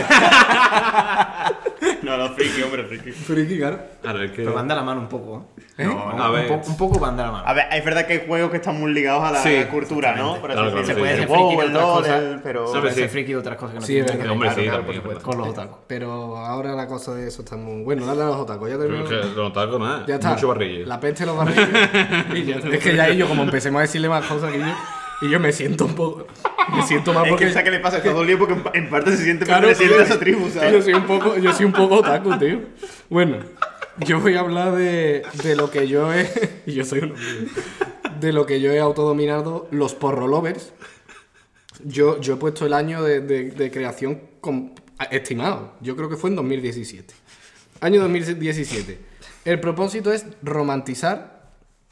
D: No, no, friki, hombre, friki.
A: Friki, claro.
B: A ver, que...
C: Pero van de la mano un poco. ¿eh?
B: No,
C: Un-
B: a
C: un
B: ver.
C: po- un poco van de la mano.
D: A ver, es verdad que hay juegos que están muy ligados a la
B: Sí,
D: cultura, ¿no? Por así
B: Claro, claro,
D: decirlo.
B: sí.
D: El
B: Se
C: puede
D: WoW,
C: decir
D: el
C: otras
D: LOL,
C: cosas.
D: el- pero...
B: Sabe,
C: Ese
B: sí.
C: friki de otras cosas que no
A: Sí,
C: tienen
A: es
C: nada que
A: verdad.
B: Hombre,
D: Claro,
B: sí,
D: claro,
B: también.
D: por
B: es verdad.
C: ver con los otaku.
A: Eh, Pero ahora la cosa de eso está muy. Bueno, dale a los otacos, ya
B: Pero
A: terminó.
B: es que Los tacos, nada.
A: Mm. Ya está.
B: Mucho barrillo.
A: La peste de los barriles. (laughs) Y ya- es que ya y yo, como empecemos a decirle más cosas que yo, y yo me siento un poco. Me siento mal
D: Es que
A: porque.
D: esa que le pasa está dolido porque en pa- en parte se siente
A: Claro,
D: perteneciente a
A: tío,
D: esa tribu,
A: Yo
D: ¿sabes?
A: soy un poco, yo soy un poco otaku, tío. Bueno, yo voy a hablar de, de lo que yo he. (laughs) Y yo soy uno. De lo que yo he autodominado, los porro lovers. Yo, yo he puesto el año de, de- de creación con- estimado. Yo creo que fue en 2017. Año 2017. El propósito es romantizar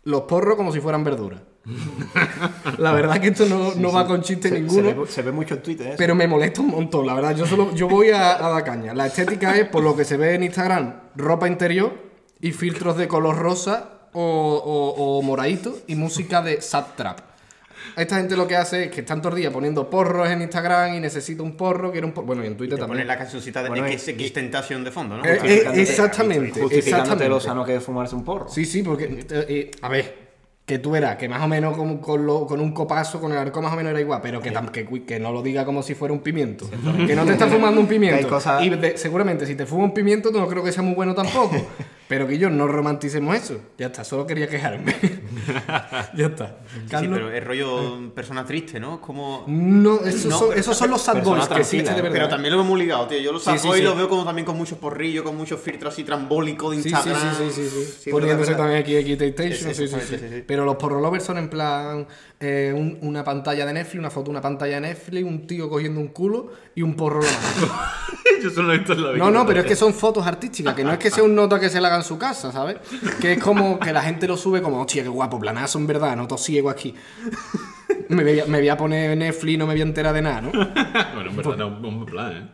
A: los porros como si fueran verduras. (laughs) La verdad que esto no, no va con chiste
C: Se,
A: ninguno.
C: se ve, se ve mucho en Twitter, ¿eh?
A: Pero me molesta un montón, la verdad. Yo solo yo voy a, a la caña. La estética es, por lo que se ve en Instagram, ropa interior y filtros de color rosa o, o, o moradito y música de Sad Trap. Esta gente lo que hace es que están todos los días poniendo porros en Instagram y necesito un porro, quiero un porro. Bueno, y en Twitter
D: Te
A: también.
D: ponen la cancioncita de
C: Bueno,
D: X Tentación de fondo, ¿no?
A: Eh,
D: Claro.
A: eh, exactamente,
C: Justificándote
A: exactamente.
C: lo sano que es fumarse un porro.
A: Sí, (laughs) sí, porque. eh, eh, a ver, que tú eras, que más o menos con, con lo- con un copazo, con el arco más o menos era igual, pero que, tam- que, cu- que no lo diga como si fuera un pimiento. Que no te
D: (laughs)
A: estás fumando un
C: Que
A: pimiento.
C: hay cosas-
A: Y de- seguramente si te fuma un pimiento, no creo que sea muy bueno
D: (laughs)
A: tampoco. pero que yo no romanticemos eso. Ya está, solo quería
D: (laughs)
A: quejarme. ya está.
D: Sí, sí,
A: Carlos.
D: pero eh, es rollo persona triste, ¿no? Es como...
A: No, esos,
D: No,
A: son,
D: pero-
A: esos son los sad
C: persona
A: boys que existen de
C: tranquila,
A: verdad.
D: Pero
A: ¿eh?
D: también lo vemos ligado, tío. Yo los
A: Sí, sí,
D: saco y
A: sí.
D: los veo como también con muchos porrillos, con muchos filtros así trambólicos de
A: Sí, sí, sí,
D: Instagram.
A: sí, sí, sí.
D: Sí,
A: Poniéndose
D: verdad,
A: también aquí aquí Temptation,
D: Es-
A: sí, sí, sí.
D: exactamente, sí, sí.
A: Pero los porro lovers son en plan eh, un- una pantalla de Netflix, una foto de una pantalla de Netflix, un tío cogiendo un culo y un porro en la
D: (laughs)
A: mano.
B: (laughs) Yo solo he visto en la vida.
A: No, no, pero es que son fotos artísticas, que no es que sea un nota que se la haga en su casa, ¿sabes? Que es como que la gente lo sube como, hostia, qué guapo, planazo en verdad, no todo ciego aquí. (laughs) Me voy, a, me voy a poner Netflix y no me voy a enterar de nada, ¿no?
B: Bueno, en verdad, no es un buen plan, ¿eh?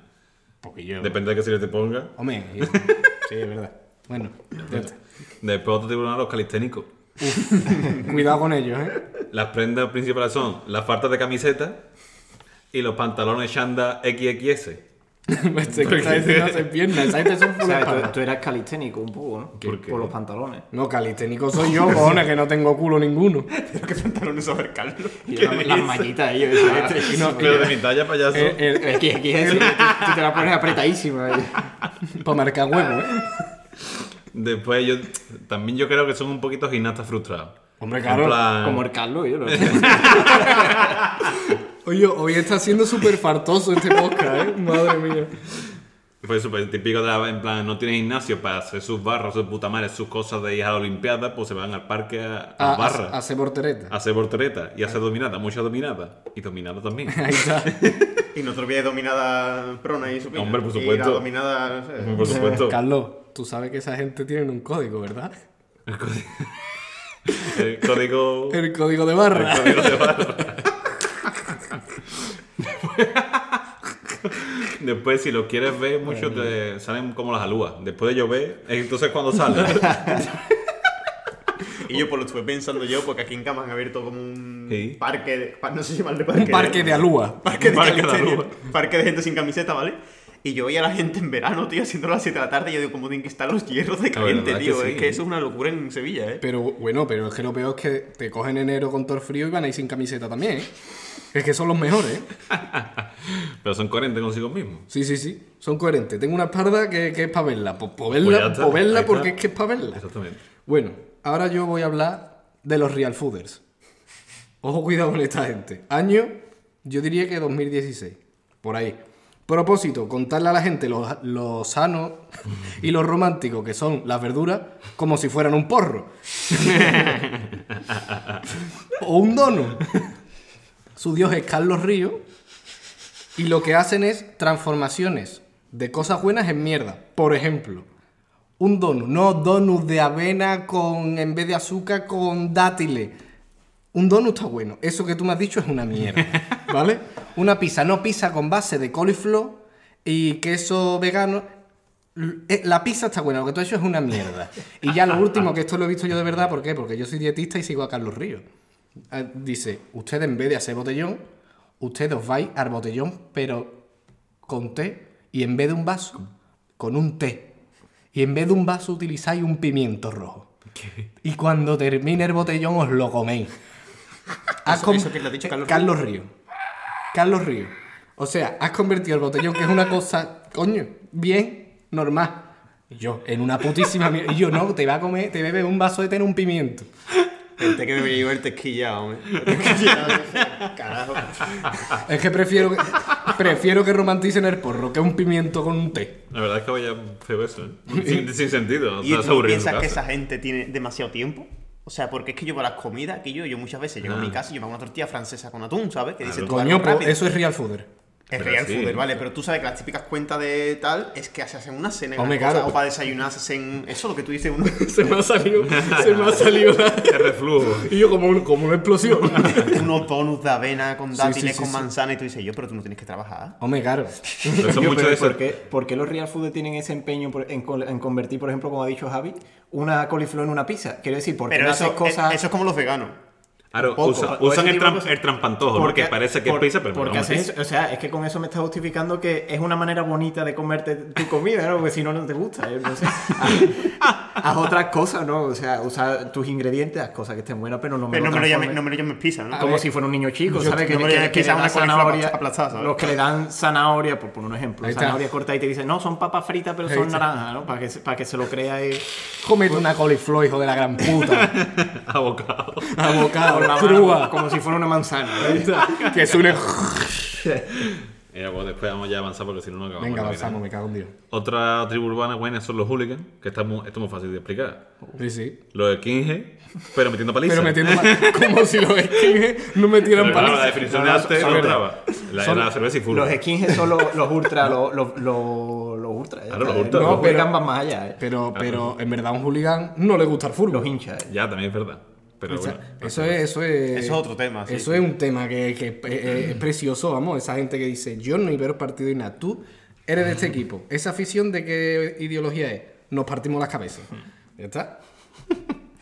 A: Porque yo...
B: Depende de qué serie te ponga.
A: Hombre, yo- (laughs) sí, es verdad. Bueno, ya está.
B: Después otro tribunal, los calisténicos.
A: cuidado con ellos, ¿eh?
B: Las prendas principales son las faltas de camiseta y los pantalones Shanda XXS.
C: (laughs)
A: Pensé que esa gente no hace piernas, esa gente son
C: Este O
A: full
C: sea, tú-
A: espalda.
C: tú, eras calisténico un poco, ¿no?
B: ¿Por qué?
C: Por los pantalones.
A: No, calisténico soy yo, cojones, que no tengo culo ninguno.
D: ¿Qué pantalones a ver, Carlos?
C: Y
B: (laughs)
C: yo la- las mallitas ellos. yo
B: Ah,
C: decía, este-
A: No,
B: Pero de mi talla, payaso.
A: Eh, eh,
C: Aquí, aquí,
B: (laughs)
C: es- tú, tú te la pones apretadísima. eh.
A: para marcar huevo, ¿eh?
B: Después yo también yo creo que son un poquito gimnastas frustrados.
A: Hombre,
B: En
A: claro.
B: plan,
C: Como el Carlos, yo lo
A: Oye, hoy está siendo súper fartoso este podcast, ¿eh? Madre mía.
B: fue súper típico de la- en plan, no tienen gimnasio para hacer sus barras, sus puta madre, sus cosas de ir a la olimpiada, pues se van al parque a, a
A: Ah, A-
B: las barras.
A: a- Hace
B: a
A: portereta.
B: hacer volteretas y a hacer dominada, mucha dominada. Y dominada
A: (laughs)
B: también.
A: (laughs) Ahí
B: (laughs)
A: está.
D: Y nosotros viene dominada prona y supina.
B: Hombre, por
D: Y la
B: supuesto.
D: dominada, no sé.
B: Por supuesto.
A: Carlos, tú sabes que esa gente tiene un código, ¿verdad? (laughs)
B: El código.
A: El código de barra.
B: el código de barra. Después, si lo quieres ver mucho, te salen como las alúas. Después de llover, entonces
A: (laughs)
B: cuando sale.
D: Y yo pues lo estuve pensando yo, porque aquí en Camas han abierto como un
B: Sí.
D: parque, de- pa- no sé llamarle parque.
A: Un parque de alúa.
D: Parque de,
B: Parque de
D: calistenia.
B: alúa.
D: (laughs) parque de gente sin camiseta, ¿vale? Y yo veía a la gente en verano, tío, haciéndolo a las 7 de la tarde. Y yo digo, ¿cómo tienen que estar los hierros de
B: La verdad
D: caliente,
B: que
D: tío?
B: Ah, sí.
D: Es que eso es una locura en Sevilla, (laughs) ¿eh?
A: Pero bueno, pero es que lo peor es que te cogen enero con todo el frío y van ahí sin camiseta también, ¿eh? Es que son los mejores, ¿eh?
B: Pero son coherentes consigo mismos.
A: Sí, sí, sí. Son coherentes. Tengo una espalda que, que es para verla. Pues pa' verla,
B: Pues ya está,
A: pa' verla
B: ahí
A: porque es
B: está.
A: que es para verla.
B: Exactamente.
A: Bueno, ahora yo voy a hablar de los Real Fooders. Ojo, cuidado con esta gente. Año, yo diría que 2016. Por ahí. Propósito, contarle a la gente lo, lo sano y lo romántico que son las verduras como si fueran un porro. o un dono. Su dios es Carlos Río. Y lo que hacen es transformaciones de cosas buenas en mierda. Por ejemplo, un donut, no donut de avena con en vez de azúcar con dátiles. Un donut está bueno. Eso que tú me has dicho es una mierda, ¿vale? Una pizza, no pizza con base de coliflor y queso vegano. L- eh, La pizza está buena, lo que tú has hecho es una mierda. Y ya lo último, que esto lo he visto yo de verdad, ¿por qué? Porque yo soy dietista y sigo a Carlos Ríos. Ah, Dice, ustedes en vez de hacer botellón, ustedes os vais al botellón, pero con té, y en vez de un vaso, con un té. Y en vez de un vaso utilizáis un pimiento rojo. Y cuando termine el botellón os lo
D: (laughs)
A: coméis. Has
D: Eso-
A: con-
D: eso que le ha dicho Carlos
A: Carlos Río. Carlos Río. O sea, has convertido el botellón, que es una cosa, coño, bien, normal. Y Yo, en una putísima mierda. Y yo, no, te va a comer, te bebe un vaso de té en un pimiento.
D: El té que me llegó el tequillado, (laughs) hombre. El tequillao, Carajo.
A: Es que (laughs) prefiero, prefiero que romanticen el porro que un pimiento con un té.
B: La verdad es que vaya feo eso, ¿eh? Sin, sin sentido. O
D: ¿Y
B: sea,
D: tú
B: aburrido en
D: piensas
B: tu
D: que
B: casa.
D: esa gente tiene demasiado tiempo? O sea, porque es que yo para las comidas, que yo, yo muchas veces llego a mi casa y yo me hago una tortilla francesa con atún, ¿sabes? Que dice
B: Ah. Claro.
D: tú algo
A: Coño, pues,
D: rápido.
A: eso es real fooder.
D: Es
B: Pero
D: real
B: sí.
D: fooder, vale, pero tú sabes que las típicas cuentas de tal es que se hacen una cena y
A: Hombre,
D: una cosa,
A: claro.
D: o para desayunar se hacen eso lo que tú dices uno.
A: Se me ha (laughs) salido, se me ha salido la-
B: El reflujo.
A: Y yo como, un- como una explosión.
D: (laughs) unos bonus de avena con dátiles,
A: sí, sí,
D: con
A: sí.
D: manzana y tú dices, yo, pero tú no tienes que trabajar.
A: (laughs) Hombre, claro.
B: Pero son
C: Yo,
B: mucho
C: pero
B: de
C: ¿por,
B: eso.
C: qué, por qué los real food tienen ese empeño por- en, col- en convertir, por ejemplo, como ha dicho Javi, una coliflor en una pizza? Quiero decir, porque
D: Pero
C: no
D: eso,
C: haces cosas...
D: eh, eso es como los veganos.
B: Claro,
D: Poco.
B: usa-
D: O
B: usan
D: ese
B: el,
D: tipo de
B: tram-
D: cosas.
B: el trampantojo, porque parece que
C: por-
B: es pizza, pero
C: porque
B: no,
C: haces
B: es
C: eso. O sea, es que con eso me estás justificando que es una manera bonita de comerte tu comida, ¿no? Porque si no, no te gusta. ¿eh?
D: (laughs)
C: No sé. haz, haz otras cosas, ¿no? O sea, usar tus ingredientes, haz cosas que estén buenas, pero no me
D: Pero
C: lo
D: no me, lo llames,
C: transformes.
D: no me lo llames pizza, ¿no?
C: como
A: ver,
C: si fuera un niño chico,
D: yo-
C: ¿sabes? Que,
D: no me
C: que-
D: le-
C: que
D: que
C: le
D: sea una
C: dan
D: coliflor
C: zanahoria.
D: aplastada, ¿sabes?
C: Los que le dan zanahoria, por poner un ejemplo,
A: Ahí está.
C: zanahoria corta y te dicen, no, son papas fritas, pero
A: Ahí
C: son
A: está.
C: naranjas, ¿no? Para que, se- para que se lo crea y.
A: Cómete una coliflor, hijo de la gran puta.
B: (laughs) abocado.
C: con
A: (laughs)
C: la
A: Abocado,
C: mano,
A: crúa.
C: Como si fuera una manzana.
A: (laughs)
C: ¿no?
A: Que suene...
B: Mira, pues después vamos ya a avanzar porque si no, no acabamos.
A: Venga,
B: la vida.
A: avanzamos, me cago en Dios.
B: Otra tribu urbana buena son los hooligans, que está muy, esto es muy fácil de explicar.
A: Sí, sí.
B: Los de Kinge, pero metiendo palizas.
A: Pero metiendo (laughs) mal- como si los skins no metieran
B: Pero claro, La
A: palizas.
B: definición de
C: No, no,
B: arte
C: son-
B: no
C: son-
B: estaba. La
A: son-
B: era la cerveza y fútbol.
C: Los skinheads son los, los ultra, los, los, los, los ultra. ya
B: Claro, los
C: está, ¿eh?
B: ultra, los
C: Los
A: ultra.
C: hooligans van más allá, ¿eh?
A: Pero, pero en verdad a un hooligan no le gusta el fútbol.
C: los hinchas. ¿eh?
B: Ya, también es verdad. Pero
A: O sea,
B: bueno.
A: eso, es, eso es.
D: Eso es otro tema, sí, Mm.
A: eso
D: sí.
A: es un tema que, que es- es, es precioso, vamos. Esa gente que dice, yo no iba al partido y nada. Tú eres de este
D: Mm.
A: equipo. ¿Esa afición de qué ideología es? Nos partimos las cabezas.
D: Mm.
A: ¿Ya está?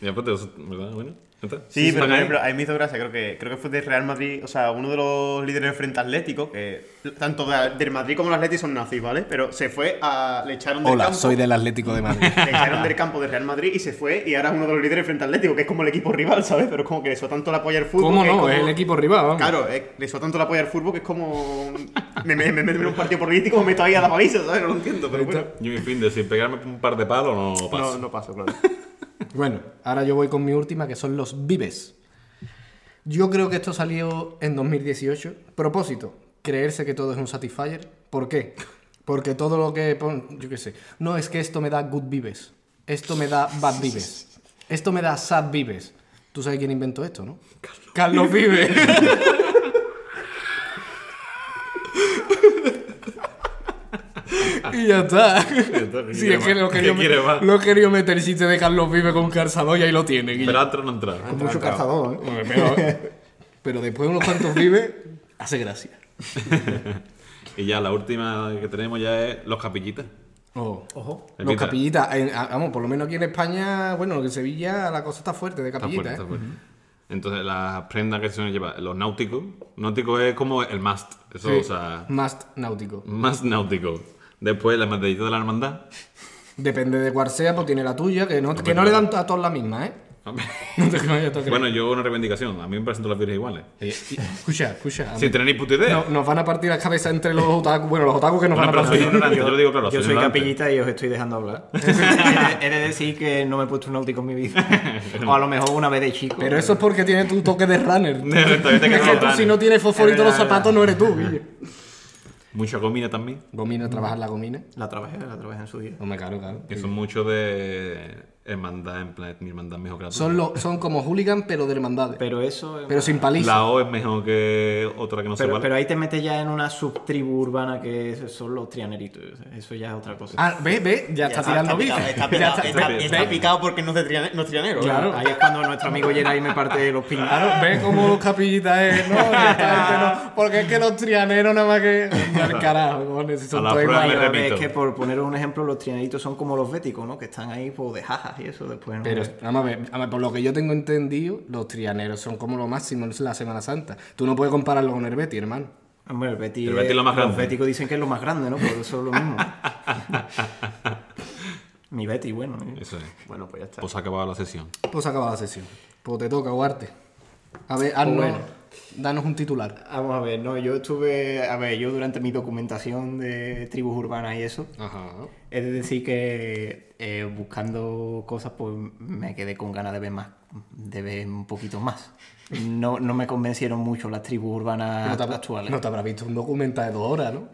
B: Ya, pues, eso- ¿verdad? Bueno, ya está.
D: Sí, pero
B: van
D: por
B: ahí.
D: ejemplo, a mí me hizo gracia, creo que, creo que fue de Real Madrid, o sea, uno de los líderes del Frente Atlético, que tanto de- del Madrid como del Atlético son nazis, ¿vale? Pero se fue a. Le echaron del campo.
A: del Atlético de Madrid.
D: Le echaron del campo de Real Madrid y se fue, y ahora es uno de los líderes del Frente Atlético, que es como el equipo rival, ¿sabes? Pero es como que le hizo tanto la polla al fútbol.
A: ¿Cómo
D: que
A: no?
D: como-
A: Es el equipo rival, vamos.
D: Claro, eh, le hizo tanto la polla al fútbol que es como. Me meto me, meto en un partido político, me meto ahí a la paliza, ¿sabes? No lo entiendo, pero bueno.
B: Yo, en fin, de sin pegarme un par de palos no pasa. (laughs)
D: No, no paso, claro.
A: Bueno, ahora yo voy con mi última, que son los vives. Yo creo que esto salió en 2018. Propósito, creerse que todo es un satisfier. ¿Por qué? Porque todo lo que pon, yo qué sé, no es que esto me da good vives, esto me da (laughs) bad vives, esto me da sad vives. Tú sabes quién inventó esto, ¿no? Carlos, (laughs) Vives. y ya está.
B: está,
A: Sí, es que lo
B: ¿qué
A: quería,
B: quiere más?
A: lo quería meter el chiste de Carlos Vive con Carzadoya y ahí lo tiene. Guille.
B: Pero antes no entraba.
C: Con mucho calzador, ¿eh?
A: Hombre, (laughs) Pero, pero después de unos cuantos Vive, hace gracia.
B: (laughs) Y ya, la última que tenemos ya es los capillitas.
A: Oh.
C: Ojo.
A: Los capillitas, en- a- vamos, por lo menos aquí en España, bueno, en Sevilla la cosa está fuerte de ¿eh?
B: Está
A: capillita.
B: fuerte, está fuerte. Entonces, las prendas que se suelen llevar, los náuticos. Náutico es como el must. Eso,
A: ¿eh?
B: o sea,
A: Sí, Must náutico.
B: más náutico. Después, la medallita de la hermandad.
A: (laughs) Depende de cuál sea, pues tiene la tuya, que no, que
B: Hombre,
A: no le dan
B: claro.
A: a todos la misma, ¿eh? (laughs) No te creas, no te creas.
B: bueno, yo una reivindicación. A mí me parecen todas las vírgenes iguales.
A: Eh, eh, escucha, escucha.
B: Sin tener ni puta idea.
A: No- nos van a partir las cabezas entre los otakus. Bueno, los otakus que nos
B: Bueno,
A: van a
B: pero soy
A: partir.
B: ignorante, yo lo digo claro.
C: Yo soy
B: ignorante.
C: capillita y os estoy dejando (laughs) hablar. he, de, he de decir que no me he puesto un náutico en mi vida.
B: (laughs)
C: O a lo mejor una vez de chico. eh,
A: Pero eso es porque tiene tu toque de
B: (laughs)
A: runner.
B: (laughs) Todavía te
A: Es
B: quedan
A: que
B: los
A: tú si
B: planes.
A: no tienes fosforito
C: Es
A: en los
C: verdad, es
A: zapatos no eres tú, Guille.
B: Mucha comida también.
A: Gomina, trabajar la gomina.
C: La trabajé, la trabajé en su día.
A: No me caro, claro.
B: Que son mucho de. hermandad, en plan, mi hermandad es mejor que la tuya.
A: Son, lo- son como hooligan, pero de hermandades. Pero,
C: Pero eso. es
A: sin paliza.
B: La O es mejor que otra que no se
C: Pero,
B: vale.
C: pero ahí te metes ya en una subtribu urbana que son los trianeritos. Eso ya es otra cosa.
A: Ah, ve, ve, ya, está, tirando bici.
D: picado,
A: (laughs)
D: está
A: Ya
D: picado,
A: está-
D: está-
A: ve,
D: está
A: ve.
D: picado porque no es, de triane- no es trianero. (laughs)
C: claro. Ahí es cuando nuestro amigo Geray me parte los pingaros.
A: Claro, ve cómo los capillitas es, ¿no? Que esta gente no- Porque es que los trianeros nada más que. Anda al carajo, cojones, si son
B: A la
A: todos
B: prueba
A: iguales.
B: me
C: Claro,
B: repito.
C: Es que por poner un ejemplo, los trianeritos son como los béticos, ¿no? Que están ahí por de jajas y eso después. ¿no?
A: Pero, vamos a ver, vamos a ver, por lo que yo tengo entendido, los trianeros son como lo máximo en la Semana Santa. Tú no puedes compararlo con el Betty, hermano.
C: Hombre, el Betty,
B: El Betis es lo más
C: Los
B: grande.
C: béticos dicen que es lo más grande, ¿no? Por eso es
B: (laughs)
C: lo mismo. Mi Betty, bueno. ¿eh?
B: Eso es.
D: Bueno, pues ya está.
B: Pues se ha acabado la sesión.
A: Pues se acaba la sesión. Pues te toca, Guarte. A ver, haznos, danos un titular.
C: Vamos a ver, no, yo estuve. A ver, yo durante mi documentación de tribus urbanas y eso,
A: Ajá.
C: Es de decir que eh, buscando cosas, pues me quedé con ganas de ver más, de ver un poquito más. No, no me convencieron mucho las tribus urbanas
A: No te, habrá-
C: actuales.
A: no te habrás visto un documental de dos horas, ¿no?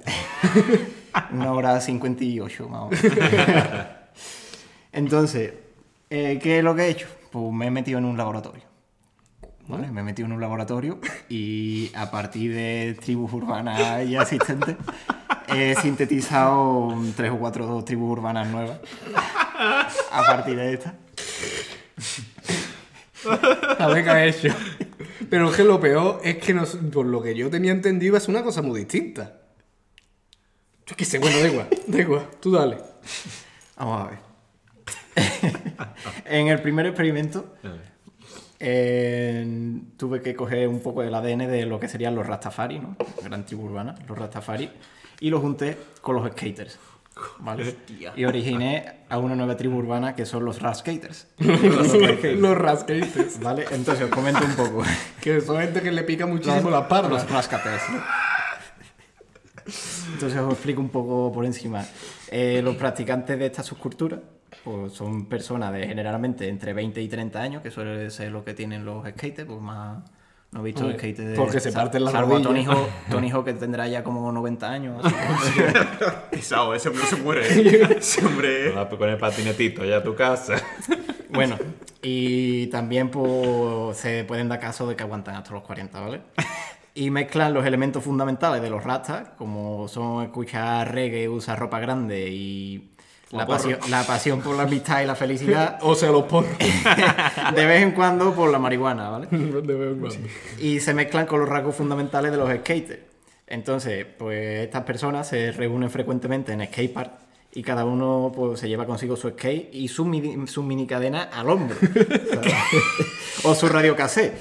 A: (laughs)
C: Una hora 58, más o menos. Entonces, eh, ¿qué es lo que he hecho? Pues me he metido en un laboratorio. ¿Vale? Me he metido en un laboratorio y a partir de tribus urbanas ya existentes he sintetizado tres o cuatro tribus urbanas nuevas a partir de esta.
A: A ver qué ha hecho. Pero es que lo peor es que nos- por lo que yo tenía entendido iba a ser una cosa muy distinta. Yo qué sé, bueno, da igual, da igual, tú dale.
C: Vamos a ver. en el primer experimento eh, tuve que coger un poco del ADN de lo que serían los Rastafari, ¿no? Gran tribu urbana, los Rastafari, y lo junté con los skaters. ¿vale? Y originé a una nueva tribu urbana que son los Raskaters.
A: Los rascaites.
C: ¿Vale? Entonces, os comento un poco.
A: Que son gente que le pica muchísimo la
C: Los
A: pardas.
C: rascaters. ¿no? Entonces os explico un poco por encima. Eh, los practicantes de esta subcultura pues, son personas de generalmente entre 20 y 30 años, que suele ser lo que tienen los skaters, pues más... No he visto
A: Hombre,
C: skaters de...
A: porque se
C: sal-
A: parten las
C: salvo a Tony
A: rodillas.
C: Hawk, Tony Hawk, que tendrá ya como 90 años. así.
D: Esa O, ese hombre no se muere. eh. Ese
B: Te
D: hombre.
B: vas Eh. Con el patinetito allá a tu casa. (laughs)
C: Bueno, y también pues, se pueden dar caso de que aguantan hasta los 40, ¿vale? Y mezclan los elementos fundamentales de los rastas, como son escuchar reggae, usar ropa grande y la pasión, la pasión por la amistad y
A: (laughs)
C: la felicidad, (laughs)
A: O sea, los porros.
C: de vez en cuando por la marihuana, ¿vale?
A: De vez en cuando.
C: y se mezclan con los rasgos fundamentales de los skaters. Entonces, pues estas personas se reúnen frecuentemente en skatepark y cada uno pues, se lleva consigo su skate y su mini, su mini cadena al hombro. (laughs) ¿sabes? o su radio cassette.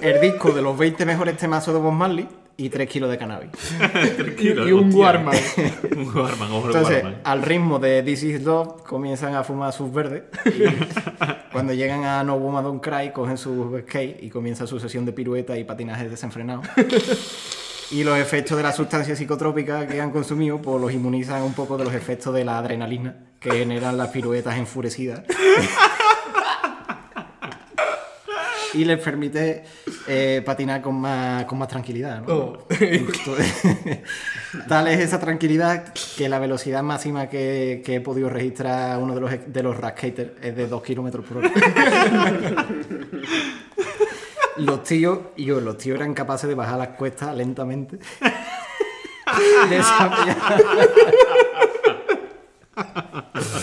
C: El disco de los 20 mejores temazos de Bob Marley y 3 kilos de cannabis.
B: Tranquilo.
A: (laughs) Y un
B: hostia.
A: Walkman.
B: (laughs) un Warman, hombre
C: Entonces,
B: Warman.
C: al ritmo de This Is Love, comienzan a fumar sus verdes. Y cuando llegan a No Woman Don't Cry, cogen su skate y comienza su sesión de piruetas y patinajes desenfrenados. Y los efectos de las sustancias psicotrópicas que han consumido, pues los inmunizan un poco de los efectos de la adrenalina que generan las piruetas enfurecidas. Y les permite eh, patinar con más, con más tranquilidad. ¿no?
A: Oh.
C: (laughs) Tal es esa tranquilidad que la velocidad máxima que, que he podido registrar uno de los, de los raskaters es de 2 kilómetros por hora. (laughs) los tíos, y yo, los tíos eran capaces de bajar las cuestas lentamente. (laughs) Desafía- (laughs)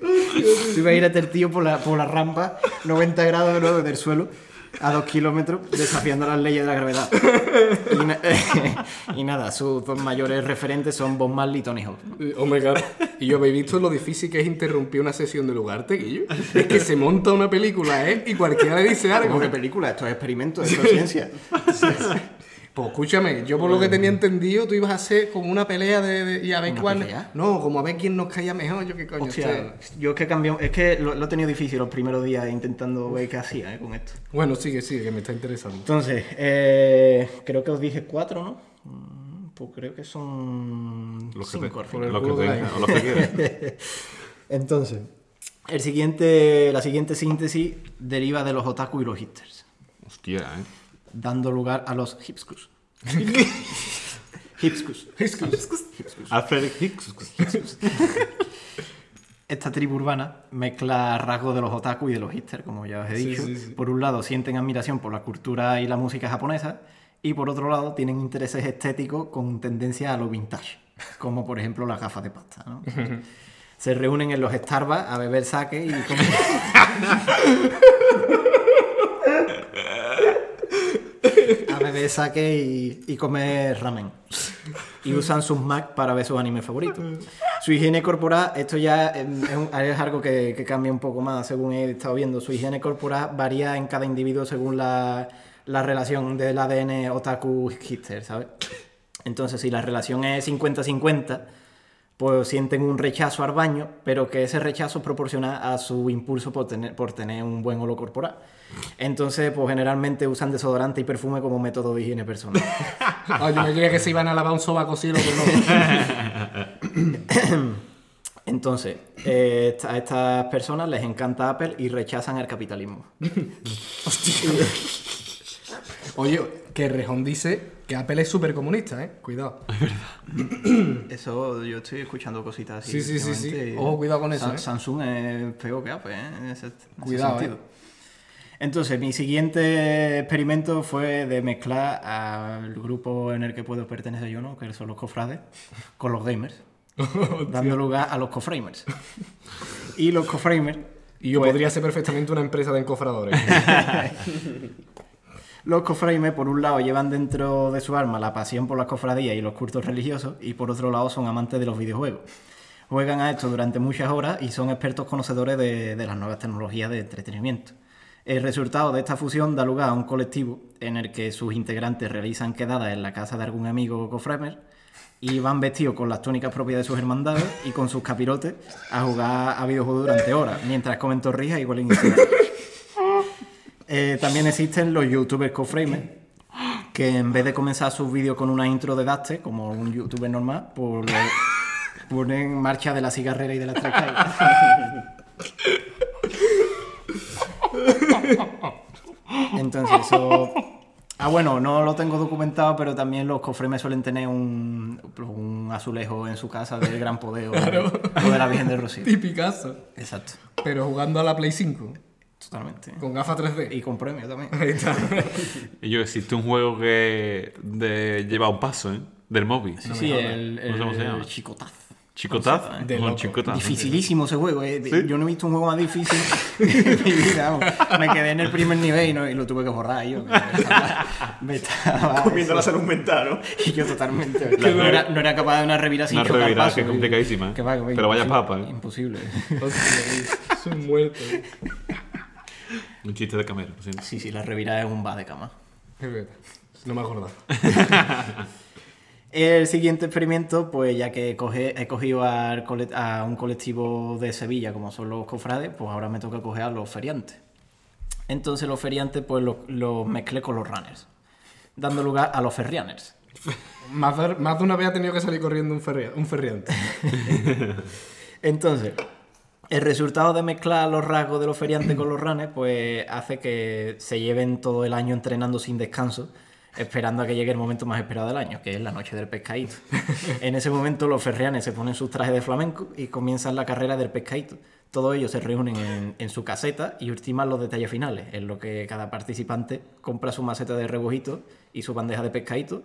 C: Tú imagínate el tío por la, por la rampa, 90 grados ¿no? del suelo, a 2 kilómetros, desafiando las leyes de la gravedad. Y, na- (laughs) y nada, sus dos mayores referentes son Bob Marley y Tony Hawk.
A: Oh my god. Y yo habéis visto lo difícil que es interrumpir una sesión de lugar, Guillo. Es que se monta una película, ¿eh? Y cualquiera le dice algo.
C: ¿Cómo que película? Esto es experimento, esto es ciencia.
A: Pues escúchame, yo por lo que tenía entendido, tú ibas a hacer como una pelea de, de- y a ver
C: ¿Una
A: cuál.
C: pelea?
A: No, como a ver quién nos caía mejor, yo qué coño.
C: Hostia,
A: sé.
C: yo es que cambió, es que lo, lo he tenido difícil los primeros días intentando ver qué hacía eh, con esto.
A: Bueno, sigue, sigue, que me está interesando.
C: Entonces, eh, creo que os dije cuatro, ¿no? Mm, Pues creo que son
B: Los que te-
C: cinco al final.
B: los que
A: culo de la
B: tengas,
A: hija.
B: o los que quieras.
A: (laughs)
C: Entonces, el siguiente, la siguiente síntesis deriva de los otaku y los hipsters,
B: Hostia, eh.
C: dando lugar a los hipscus. hipscus.
A: Es que-
B: Alfred Hicks.
C: Esta tribu urbana mezcla rasgos de los otaku y de los hipster, como ya os he dicho. Por un lado, sienten admiración por la cultura y la música japonesa, y por otro lado, tienen intereses estéticos con tendencia a lo vintage, como por ejemplo las gafas de pasta. ¿no? Se reúnen en los Starbucks a beber sake y comer. a beber sake y, y comer ramen. Y usan sus Mac para ver sus animes favoritos. Su higiene corporal, esto ya em, es, un- es algo que, que cambia un poco más según he estado viendo. Su higiene corporal varía en cada individuo según la, la relación del ADN otaku-hipster, ¿sabes? Entonces, si la relación es 50-50, pues sienten un rechazo al baño, pero que ese rechazo es proporcional a su impulso por tener, por tener un buen olor corporal. Entonces, pues generalmente usan desodorante y perfume como método de higiene personal.
A: Oye, Ah, yo me creía que se iban a lavar un sobaco cielo con no.
C: (laughs) Entonces, eh, esta- a estas personas les encanta Apple y rechazan el capitalismo.
A: Oye, que Rejón dice que Apple es súper comunista, ¿eh? Cuidado.
C: Eso, yo estoy escuchando cositas así.
A: Sí, sí, sí, sí.
C: últimamente.
A: Ojo, cuidado con eso,
C: Sa-
A: eh.
C: Samsung es peor que Apple, ¿eh? En ese, en ese
A: Cuidado, eh.
C: sentido. Entonces, mi siguiente experimento fue de mezclar al grupo en el que puedo pertenecer yo, ¿no? Que son los cofrades, con
A: (laughs)
C: los gamers.
A: Oh,
C: dando lugar a los coframers. Y los coframers
A: Y
C: Pues-
A: yo podría ser perfectamente una empresa de
C: (laughs)
A: encofradores.
C: Los cofraimes, por un lado, llevan dentro de su alma la pasión por las cofradías y los cultos religiosos, y por otro lado, son amantes de los videojuegos. Juegan a esto durante muchas horas y son expertos conocedores de, de las nuevas tecnologías de entretenimiento. El resultado de esta fusión da lugar a un colectivo en el que sus integrantes realizan quedadas en la casa de algún amigo coframer y van vestidos con las túnicas propias de sus hermandades y con sus capirotes a jugar a videojuegos durante horas, mientras comen torrijas y huelen insultos. Eh, también existen los youtubers coframes que en vez de comenzar sus vídeos con una intro de Daste, como un youtuber normal, pues lo- ponen marcha de la cigarrera y de las tres caídas. Entonces, eso. Ah, bueno, no lo tengo documentado, pero también los coframes suelen tener un, un azulejo en su casa del gran poder o de- o de la Virgen del Rocío.
A: Tipicazo.
C: Exacto,
A: Pero jugando a la Play 5.
C: totalmente.
A: Con gafas 3D. (laughs)
C: Y con premio también.
A: Ahí está.
B: Y yo, existe un juego que de lleva un paso, ¿eh? Del móvil.
C: Sí, sí, el,
B: No sé cómo se
C: el
B: llama.
C: chicotaz.
B: Chicotaz.
A: De
B: No,
A: loco.
B: chicotaz.
C: Dificilísimo ese juego. eh. Yo no he visto un juego más difícil (laughs) en mi vida. vamos. Me quedé en el primer nivel y, no- y lo tuve que borrar. Yo me estaba, me estaba-
D: Comiendo la salud mental, ¿no?
C: y (laughs) yo totalmente. no, era, no era capaz de una revira sin
B: Una
C: chocar
B: revirada,
C: paso,
B: que es
C: yo-
B: complicadísima, ¿eh?
C: que va, que va,
B: Pero vaya
C: imposible,
B: papa, ¿eh?
C: Imposible.
A: Hostia, es un muerto.
B: Un chiste de camero, lo
D: (laughs)
B: siento.
C: Sí, sí, la revirada es un va de cama.
A: Es verdad. No me acordaba.
C: El siguiente experimento, pues ya que coge- he cogido al cole- a un colectivo de Sevilla, como son los cofrades, pues ahora me toca coger a los feriantes. Entonces los feriantes, pues lo- los mezclé con los runners, dando lugar a los ferrianers.
A: Más de, más de una vez ha tenido que salir corriendo un, ferri- un (laughs) ferriante.
C: Entonces, el resultado de mezclar los rasgos de los feriantes con los runners, pues hace que se lleven todo el año entrenando sin descanso, esperando a que llegue el momento más esperado del año, que es la noche del pescadito. En ese momento los ferrianes se ponen sus trajes de flamenco y comienzan la carrera del pescadito. Todos ellos se reúnen en, en su caseta y ultiman los detalles finales, en lo que cada participante compra su maceta de rebujito y su bandeja de pescadito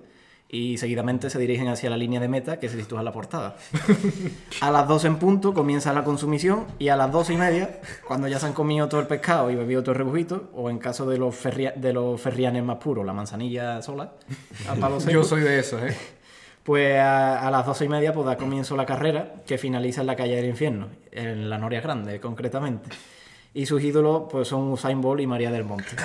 C: y seguidamente se dirigen hacia la línea de meta que se sitúa en la portada. A las 12 en punto comienza la consumición y a las 12 y media, cuando ya se han comido todo el pescado y bebido todo el rebujito, o en caso de los, ferria- de los ferrianes más puros, la manzanilla sola,
A: (laughs)
C: a palo seco,
A: Yo soy de esos, ¿eh?
C: pues a, a las 12 y media pues, da comienzo la carrera que finaliza en la calle del infierno, en la Noria Grande concretamente. Y sus ídolos pues, son Usain Bolt y María
A: (laughs)
C: del Monte.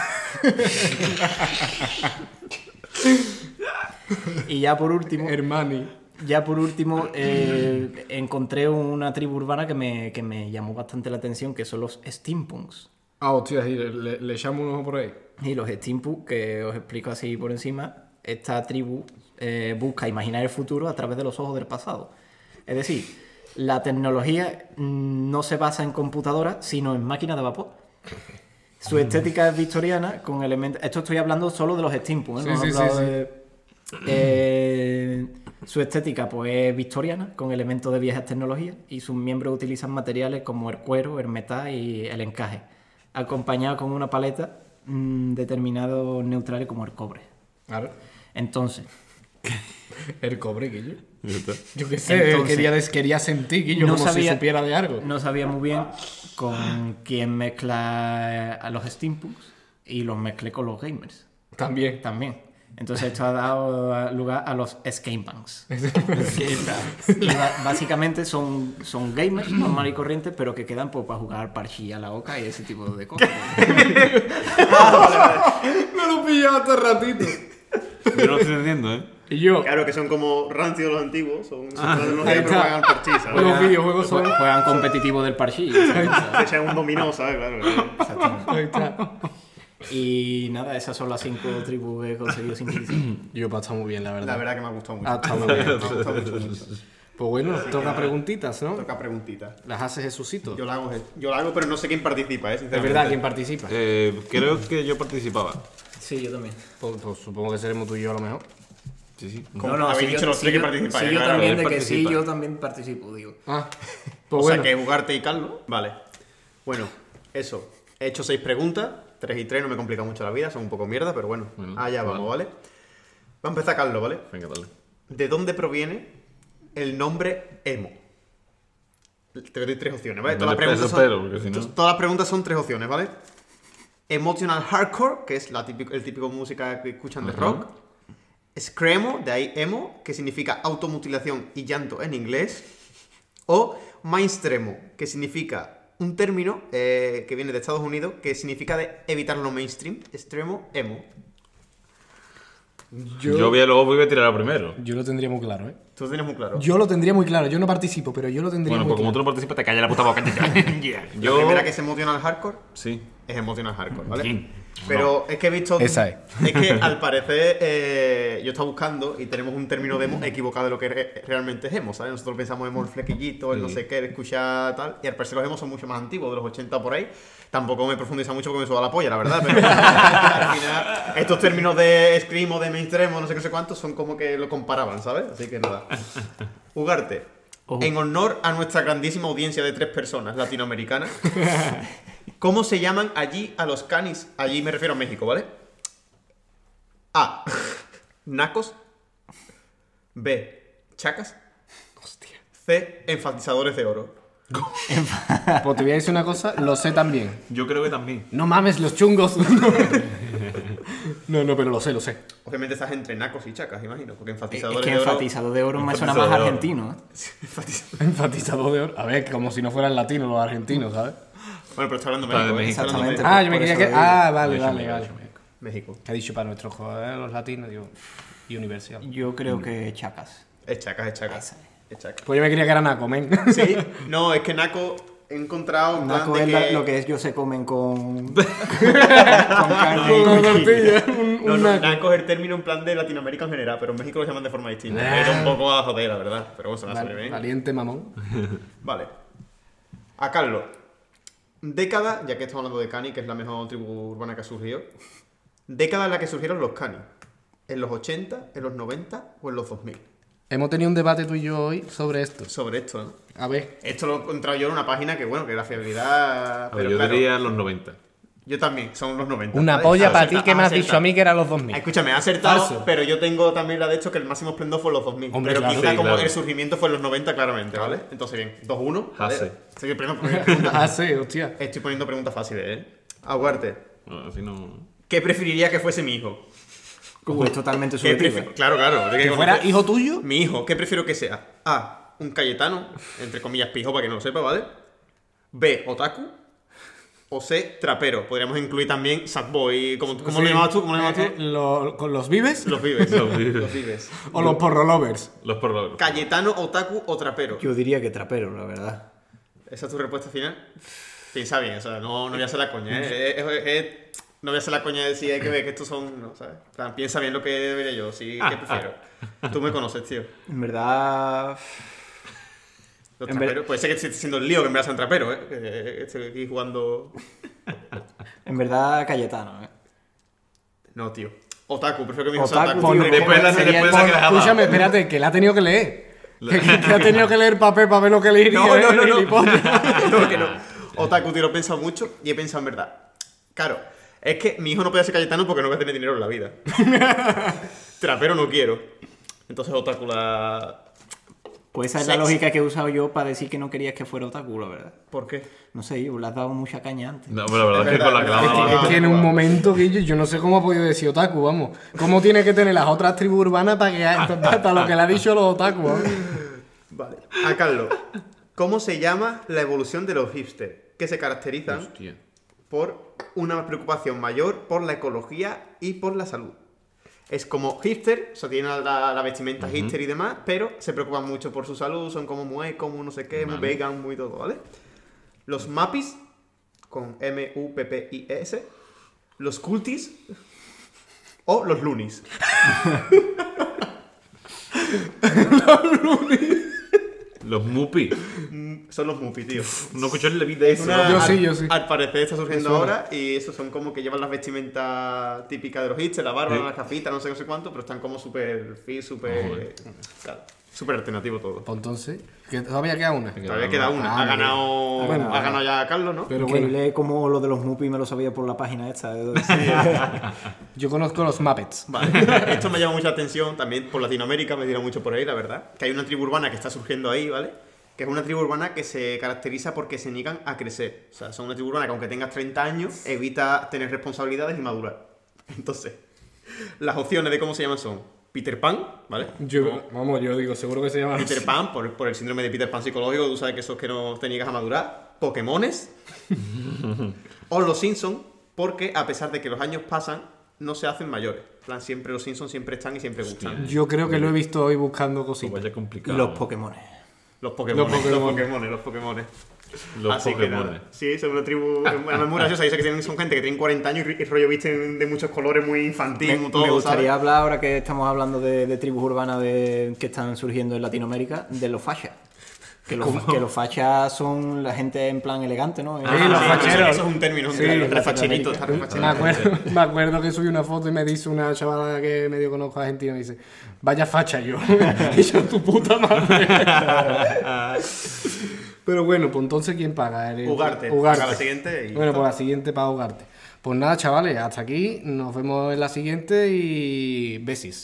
C: y ya por último...
A: Hermani.
C: Ya por último, eh, encontré una tribu urbana que me, que me llamó bastante la atención, que son los steampunks.
A: Ah, hostia, sí, le, le- le echamos un ojo por ahí.
C: Y los steampunks, que os explico así por encima, esta tribu eh, busca imaginar el futuro a través de los ojos del pasado. Es decir, la tecnología mm, no se basa en computadoras, sino en máquinas de vapor. Su
A: Mm.
C: estética es victoriana con elementos... Esto estoy hablando solo de los steampunks, ¿eh?
A: Sí,
C: No he
A: sí, sí,
C: hablado
A: sí.
C: de- Eh, Su estética pues es victoriana, con elementos de viejas tecnologías, y sus miembros utilizan materiales como el cuero, el metal y el encaje, acompañado con una paleta mm, determinados neutrales como el cobre.
A: Claro.
C: Entonces,
A: El cobre, Guillo.
B: Ya está.
A: Yo qué sé,
C: Entonces-
A: quería, quería sentir, Guillo,
C: No
A: como si
C: sabía-
A: supiera de algo.
C: no sabía muy bien con quién mezcla a los steampunks y los mezclé con los gamers
A: También.
C: también. Entonces esto ha dado lugar a los
D: (laughs)
C: skatepunks. Y ba- básicamente son, son gamers normales y corrientes, pero que quedan pues, para jugar parchí a la oca y ese tipo de cosas.
A: Me lo pillaba hace ratito.
B: Yo no lo estoy entendiendo, ¿eh?
A: Y yo,
D: Claro, que son como rancios los antiguos, son
B: Ah,
D: son los
A: ahí
D: que
A: está.
D: juegan parchís, ¿sabes?
A: Los videojuegos son-
C: Jue- Juegan competitivo del parchí.
D: Te echan un dominó, ¿sabes? Claro. que-
A: ahí está.
C: Y nada, esas son las cinco tribus que he conseguido sin crisis.
A: Yo pasa muy bien, la verdad.
D: La verdad que me ha gustado mucho.
A: Ah, está muy
D: Me
A: bien.
D: ha gustado mucho, mucho.
A: Pues bueno, toca preguntitas, ¿no?
D: Toca preguntitas.
A: Las hace Jesucito.
D: Yo la, hago, yo la hago, pero no sé quién participa, ¿eh?
A: Es
D: Sinceramente.
A: verdad, ¿quién participa?
B: Eh, Creo que yo participaba.
C: Sí, yo también.
A: Pues, pues supongo que seremos tú y yo a lo mejor.
B: Sí, sí.
D: ¿Cómo? Habéis dicho los tres que participáis,
C: sí, yo
D: claro,
C: también,
B: él
C: de que sí,
B: participa.
C: yo también participo, digo.
A: Ah,
D: (laughs) O
A: pues
D: sea
A: bueno.
D: que jugarte y Carlos. Vale. Bueno, eso. He hecho seis preguntas. Tres y tres no me complica mucho la vida, son un poco mierda, pero bueno.
B: Bueno,
D: allá
B: vale.
D: vamos, ¿vale? Va a empezar Carlos, ¿vale?
B: Venga, dale.
D: ¿De dónde proviene el nombre emo? Te doy tres opciones, ¿vale?
B: No
D: Todas
B: le
D: las, preguntas
B: peso,
D: son,
B: pero, porque si no-
D: to- todas las preguntas son tres opciones, ¿vale? Emotional Hardcore, que es la típico, el típico música que escuchan de
B: Ajá.
D: rock. Screamo, de ahí emo, que significa automutilación y llanto en inglés. O mainstreamo, que significa un término eh, que viene de Estados Unidos, que significa de evitar lo mainstream, extremo, emo.
B: Yo, voy a luego voy a tirar a primero.
A: yo lo tendría muy claro, ¿eh?
D: Tú lo tienes muy claro.
A: Yo lo tendría muy claro. Yo no participo, pero yo lo tendría
B: Bueno,
A: muy
B: pues como tú
A: claro.
B: no participas, te calla la puta boca.
D: (laughs)
B: Ya.
D: La
B: Yo.
D: primera que es Emotional Hardcore
B: Sí.
D: es Emotional Hardcore, ¿vale?
B: Bien.
D: Pero es que he visto.
A: Esa es.
D: Es que al parecer eh, yo estaba buscando y tenemos un término de emo equivocado de lo que re- realmente es emo, ¿sabes? Nosotros pensamos emo el flequillito, el no
B: Sí.
D: sé qué, el escuchar tal. Y al parecer los emos son mucho más antiguos, de los 80 por ahí. Tampoco me profundiza mucho porque me suda la polla, la verdad. Pero (laughs) al final, estos términos de scream o de mainstream o no sé qué, no sé cuántos son como que lo comparaban, ¿sabes? Así que nada. Ugarte,
C: Ojo.
D: en honor a nuestra grandísima audiencia de tres personas latinoamericanas, ¿cómo se llaman allí a los canis? Allí me refiero a México, ¿vale? A. (laughs) Nacos. B. Chacas. C. Enfatizadores de oro.
A: Pues te voy a decir una cosa, lo sé también.
B: Yo creo que también.
A: No mames, los chungos. (laughs) no, no, pero lo sé, lo sé.
D: Obviamente estás entre nacos y chacas, imagino, porque
C: Es
D: enfatizadores
C: que
D: de oro.
C: enfatizado de oro me suena
B: Enfatizado
C: más
B: de oro.
C: argentino. ¿eh?
D: Enfatiza-
A: Enfatizado de oro. A ver, como si no fueran latinos los argentinos, ¿sabes?
D: Bueno, pero está hablando
B: Está de
D: México. ¿eh? Está hablando de
C: Exactamente.
A: Ah, yo me
C: Por
A: quería
C: eso
A: que.
C: lo digo.
A: Ah, vale,
B: Yo
A: vale,
B: me-
A: vale.
B: yo me-
D: México.
A: ¿Qué ha dicho para nuestros joder, los latinos? Digo, y universal.
C: Yo
D: Mm.
C: creo que chacas.
D: Es chacas, es chacas.
C: Esa
D: Es chacas.
A: Pues yo me quería que eran a comer. (laughs)
D: Sí, no, es que Naco he encontrado un plan
C: Naco
D: de
C: es la-
D: que...
C: lo que ellos se comen con. con carne. y
A: Una
C: con-
A: tortilla, un,
D: No,
A: un
D: no,
A: naco.
D: Naco es el término en plan de Latinoamérica en general, pero en México lo llaman de forma distinta. Era un poco a joder, la verdad, pero bueno, se me hace
A: Val-
D: bien.
A: Valiente mamón.
D: Vale. A Carlos. Década, ya que estamos hablando de Cani, que es la mejor tribu urbana que ha surgido. Década en la que surgieron los Cani. ¿En los 80, en los 90 o en los 2000?
A: Hemos tenido un debate tú y yo hoy sobre esto.
D: Sobre esto, ¿no?
A: A ver,
D: Esto lo he encontrado yo en una página que, bueno, que la fiabilidad...
B: A ver,
D: Pero
B: yo
D: claro,
B: diría los 90.
D: yo también, son los 90.
A: una
D: ¿vale?
A: polla
D: Has
A: para ti
D: acertado-
A: que me has
D: acertado.
A: dicho a mí que era los
D: Ah,
A: 2000.
D: Escúchame, ha acertado,
A: Falso.
D: pero yo tengo también la de hecho que el máximo esplendor fue en los 2000.
A: Hombre,
D: pero
A: claro.
D: quizá
B: Sí,
D: como
B: claro.
D: el surgimiento fue en los 90, claramente, ¿vale? Entonces, bien, 2-1. ¿vale?
B: Hase.
D: Estoy poniendo
A: (laughs)
D: preguntas- (laughs)
A: Ah, sí, hostia.
D: estoy poniendo preguntas fáciles, ¿eh? Aguarte.
B: Bueno, así no.
D: ¿Qué preferiría que fuese mi hijo?
C: Como Pues es totalmente
D: ¿Qué
C: subjetivo.
D: prefi- Claro, claro.
A: ¿Que fuera hijo tuyo?
D: Mi hijo, ¿qué prefiero que sea? A. Un cayetano, entre comillas pijo para que no lo sepa, ¿vale? B. Otaku. O C. Trapero. Podríamos incluir también sad boy. ¿Cómo, cómo
A: Sí.
D: lo llamabas tú? ¿Cómo lo llamabas
A: Eh, eh,
D: tú?
A: lo- ¿Con los vives?
D: Los vives.
B: Los vives.
D: Los vives.
A: ¿O los porrolovers?
B: Los por
D: Cayetano, otaku o trapero.
C: ¿eh? Yo diría que trapero, la verdad.
D: ¿Esa es tu respuesta final? Piensa bien, o sea, no, no voy a hacer la coña, ¿eh? Es- es- es- no voy a hacer la coña de decir, hay que ver que estos son, no, ¿sabes? En plan, piensa bien lo que debería yo, sí,
C: Ah,
D: ¿qué prefiero? Tú me conoces, tío.
C: En verdad.
D: Los
C: En
D: traperos,
C: ver-
D: puede ser que esté siendo el lío que en verdad sean traperos, ¿eh? Que Estoy aquí jugando...
C: En verdad, Cayetano, ¿eh?
D: No, tío. Otaku, prefiero que me digas
C: Otaku,
D: otaku.
C: tío,
D: tío,
B: Después
D: porque
B: la-
D: sería-
B: después
A: Por-
B: la que la daba.
A: escúchame, espérate, que la ha tenido que
D: (laughs)
A: leer. Que, que ha tenido que leer papel para ver lo que le iría.
D: No,
A: ¿eh?
D: no, no, no.
A: Gilipollas.
D: (laughs) No, que no. Otaku, tío, lo he pensado mucho y he pensado en verdad. Claro, es que mi hijo no puede ser Cayetano porque no va a tener dinero en la vida. Trapero no quiero. Entonces Otaku la...
C: Pues esa es la
D: Sex.
C: lógica que he usado yo para decir que no querías que fuera otaku, la verdad.
D: ¿Por qué?
C: No sé, yo le has dado mucha caña antes.
B: No, pero la verdad es, que
D: verdad,
B: con la que la
D: es
B: daba,
A: Es que- es que en un momento, Guillo, yo no sé cómo ha podido decir otaku, vamos. ¿Cómo tiene que tener las otras tribus urbanas para que para, para lo que le ha dicho los otaku? vamos?
D: Vale. A Ah, Carlos, ¿cómo se llama la evolución de los hipsters? Que se caracterizan
B: Hostia.
D: por una preocupación mayor por la ecología y por la salud. Es como hipster, o sea, tienen la, la vestimenta hipster y demás, pero se preocupan mucho por su salud, son como muy eco, muy no sé qué, muy
B: Vale.
D: vegan, muy todo, ¿vale? Los mapis, con M-U-P-P-I-S, E los cultis o los lunis.
B: Los Mupi.
D: Pues Son los mupis, tío.
B: (laughs) No escuchó en la vida eso.
D: Una-
A: Yo
B: ¿no?
A: sí,
D: al-
A: yo sí.
D: Al parecer está surgiendo
A: Me suena.
D: ahora y esos son como que llevan las vestimentas típicas de los hits, la barba,
B: Sí.
D: las gafitas, no sé, no sé cuánto, pero están como súper fit, súper...
B: Joder.
D: Claro, súper alternativo todo.
A: Pues entonces, que todavía queda una.
B: Venga.
D: Todavía queda una.
A: Ah,
D: Ha ganado,
A: bueno.
D: ha ganado ya Carlos, ¿no?
A: Pero bueno,
C: Increíble como lo de los Mupi me lo sabía por la página esta. ¿eh? de-
A: yo conozco los Muppets.
D: Vale. Esto me llama mucha atención también por Latinoamérica, me tira mucho por ahí, la verdad. Que hay una tribu urbana que está surgiendo ahí, ¿vale? Que es una tribu urbana que se caracteriza porque se niegan a crecer. O sea, son una tribu urbana que aunque tengas 30 años, evita tener responsabilidades y madurar. (laughs) Entonces, las opciones de cómo se llaman son Peter Pan, ¿vale?
A: Yo, vamos, yo digo, seguro que se llama.
D: Peter Pan, por, por el síndrome de Peter Pan psicológico, tú sabes que esos que no te niegas a madurar. Pokémones. o los Simpsons, porque a pesar de que los años pasan, no se hacen mayores. En plan, siempre los Simpsons siempre están y siempre gustan.
A: Yo creo que lo he visto hoy buscando
B: Pues
A: cositas.
B: Vaya complicado.
C: Los Pokémon.
D: Los Pokémon. Los
A: Los Pokémones.
D: Pokémon, los Pokémon.
B: Los
D: Así que
B: Pokémon.
D: nada. Sí, son una tribu es muy- es muy graciosa. Dice que tienen, son gente que tienen 40 años y, ri- y rollo visten de muchos colores, muy infantil,
C: Me,
D: muy todo,
C: me gustaría
D: ¿sabes?
C: hablar, ahora que estamos hablando de, de tribus urbanas de- que están surgiendo en Latinoamérica, de los fachas. Que los, que los fachas son la gente en plan elegante, ¿no?
D: Ah,
C: Eh,
A: Sí, los
D: eso-
A: facheros.
D: Eso es un término, un
A: Sí,
D: término.
A: los
D: refacheritos, está
A: Me
D: refacheritos.
A: acuerdo, (laughs) me acuerdo que subí una foto y me dice una chavala que medio conozco argentina y dice, vaya facha yo. (laughs) y yo, tu puta madre. Pero bueno, pues entonces ¿quién paga? El-
D: Ugarte.
A: Ugarte.
D: Paga la siguiente y ya
A: Bueno, pues la siguiente para Ugarte. Pues nada, chavales, hasta aquí. Nos vemos en la siguiente y besis.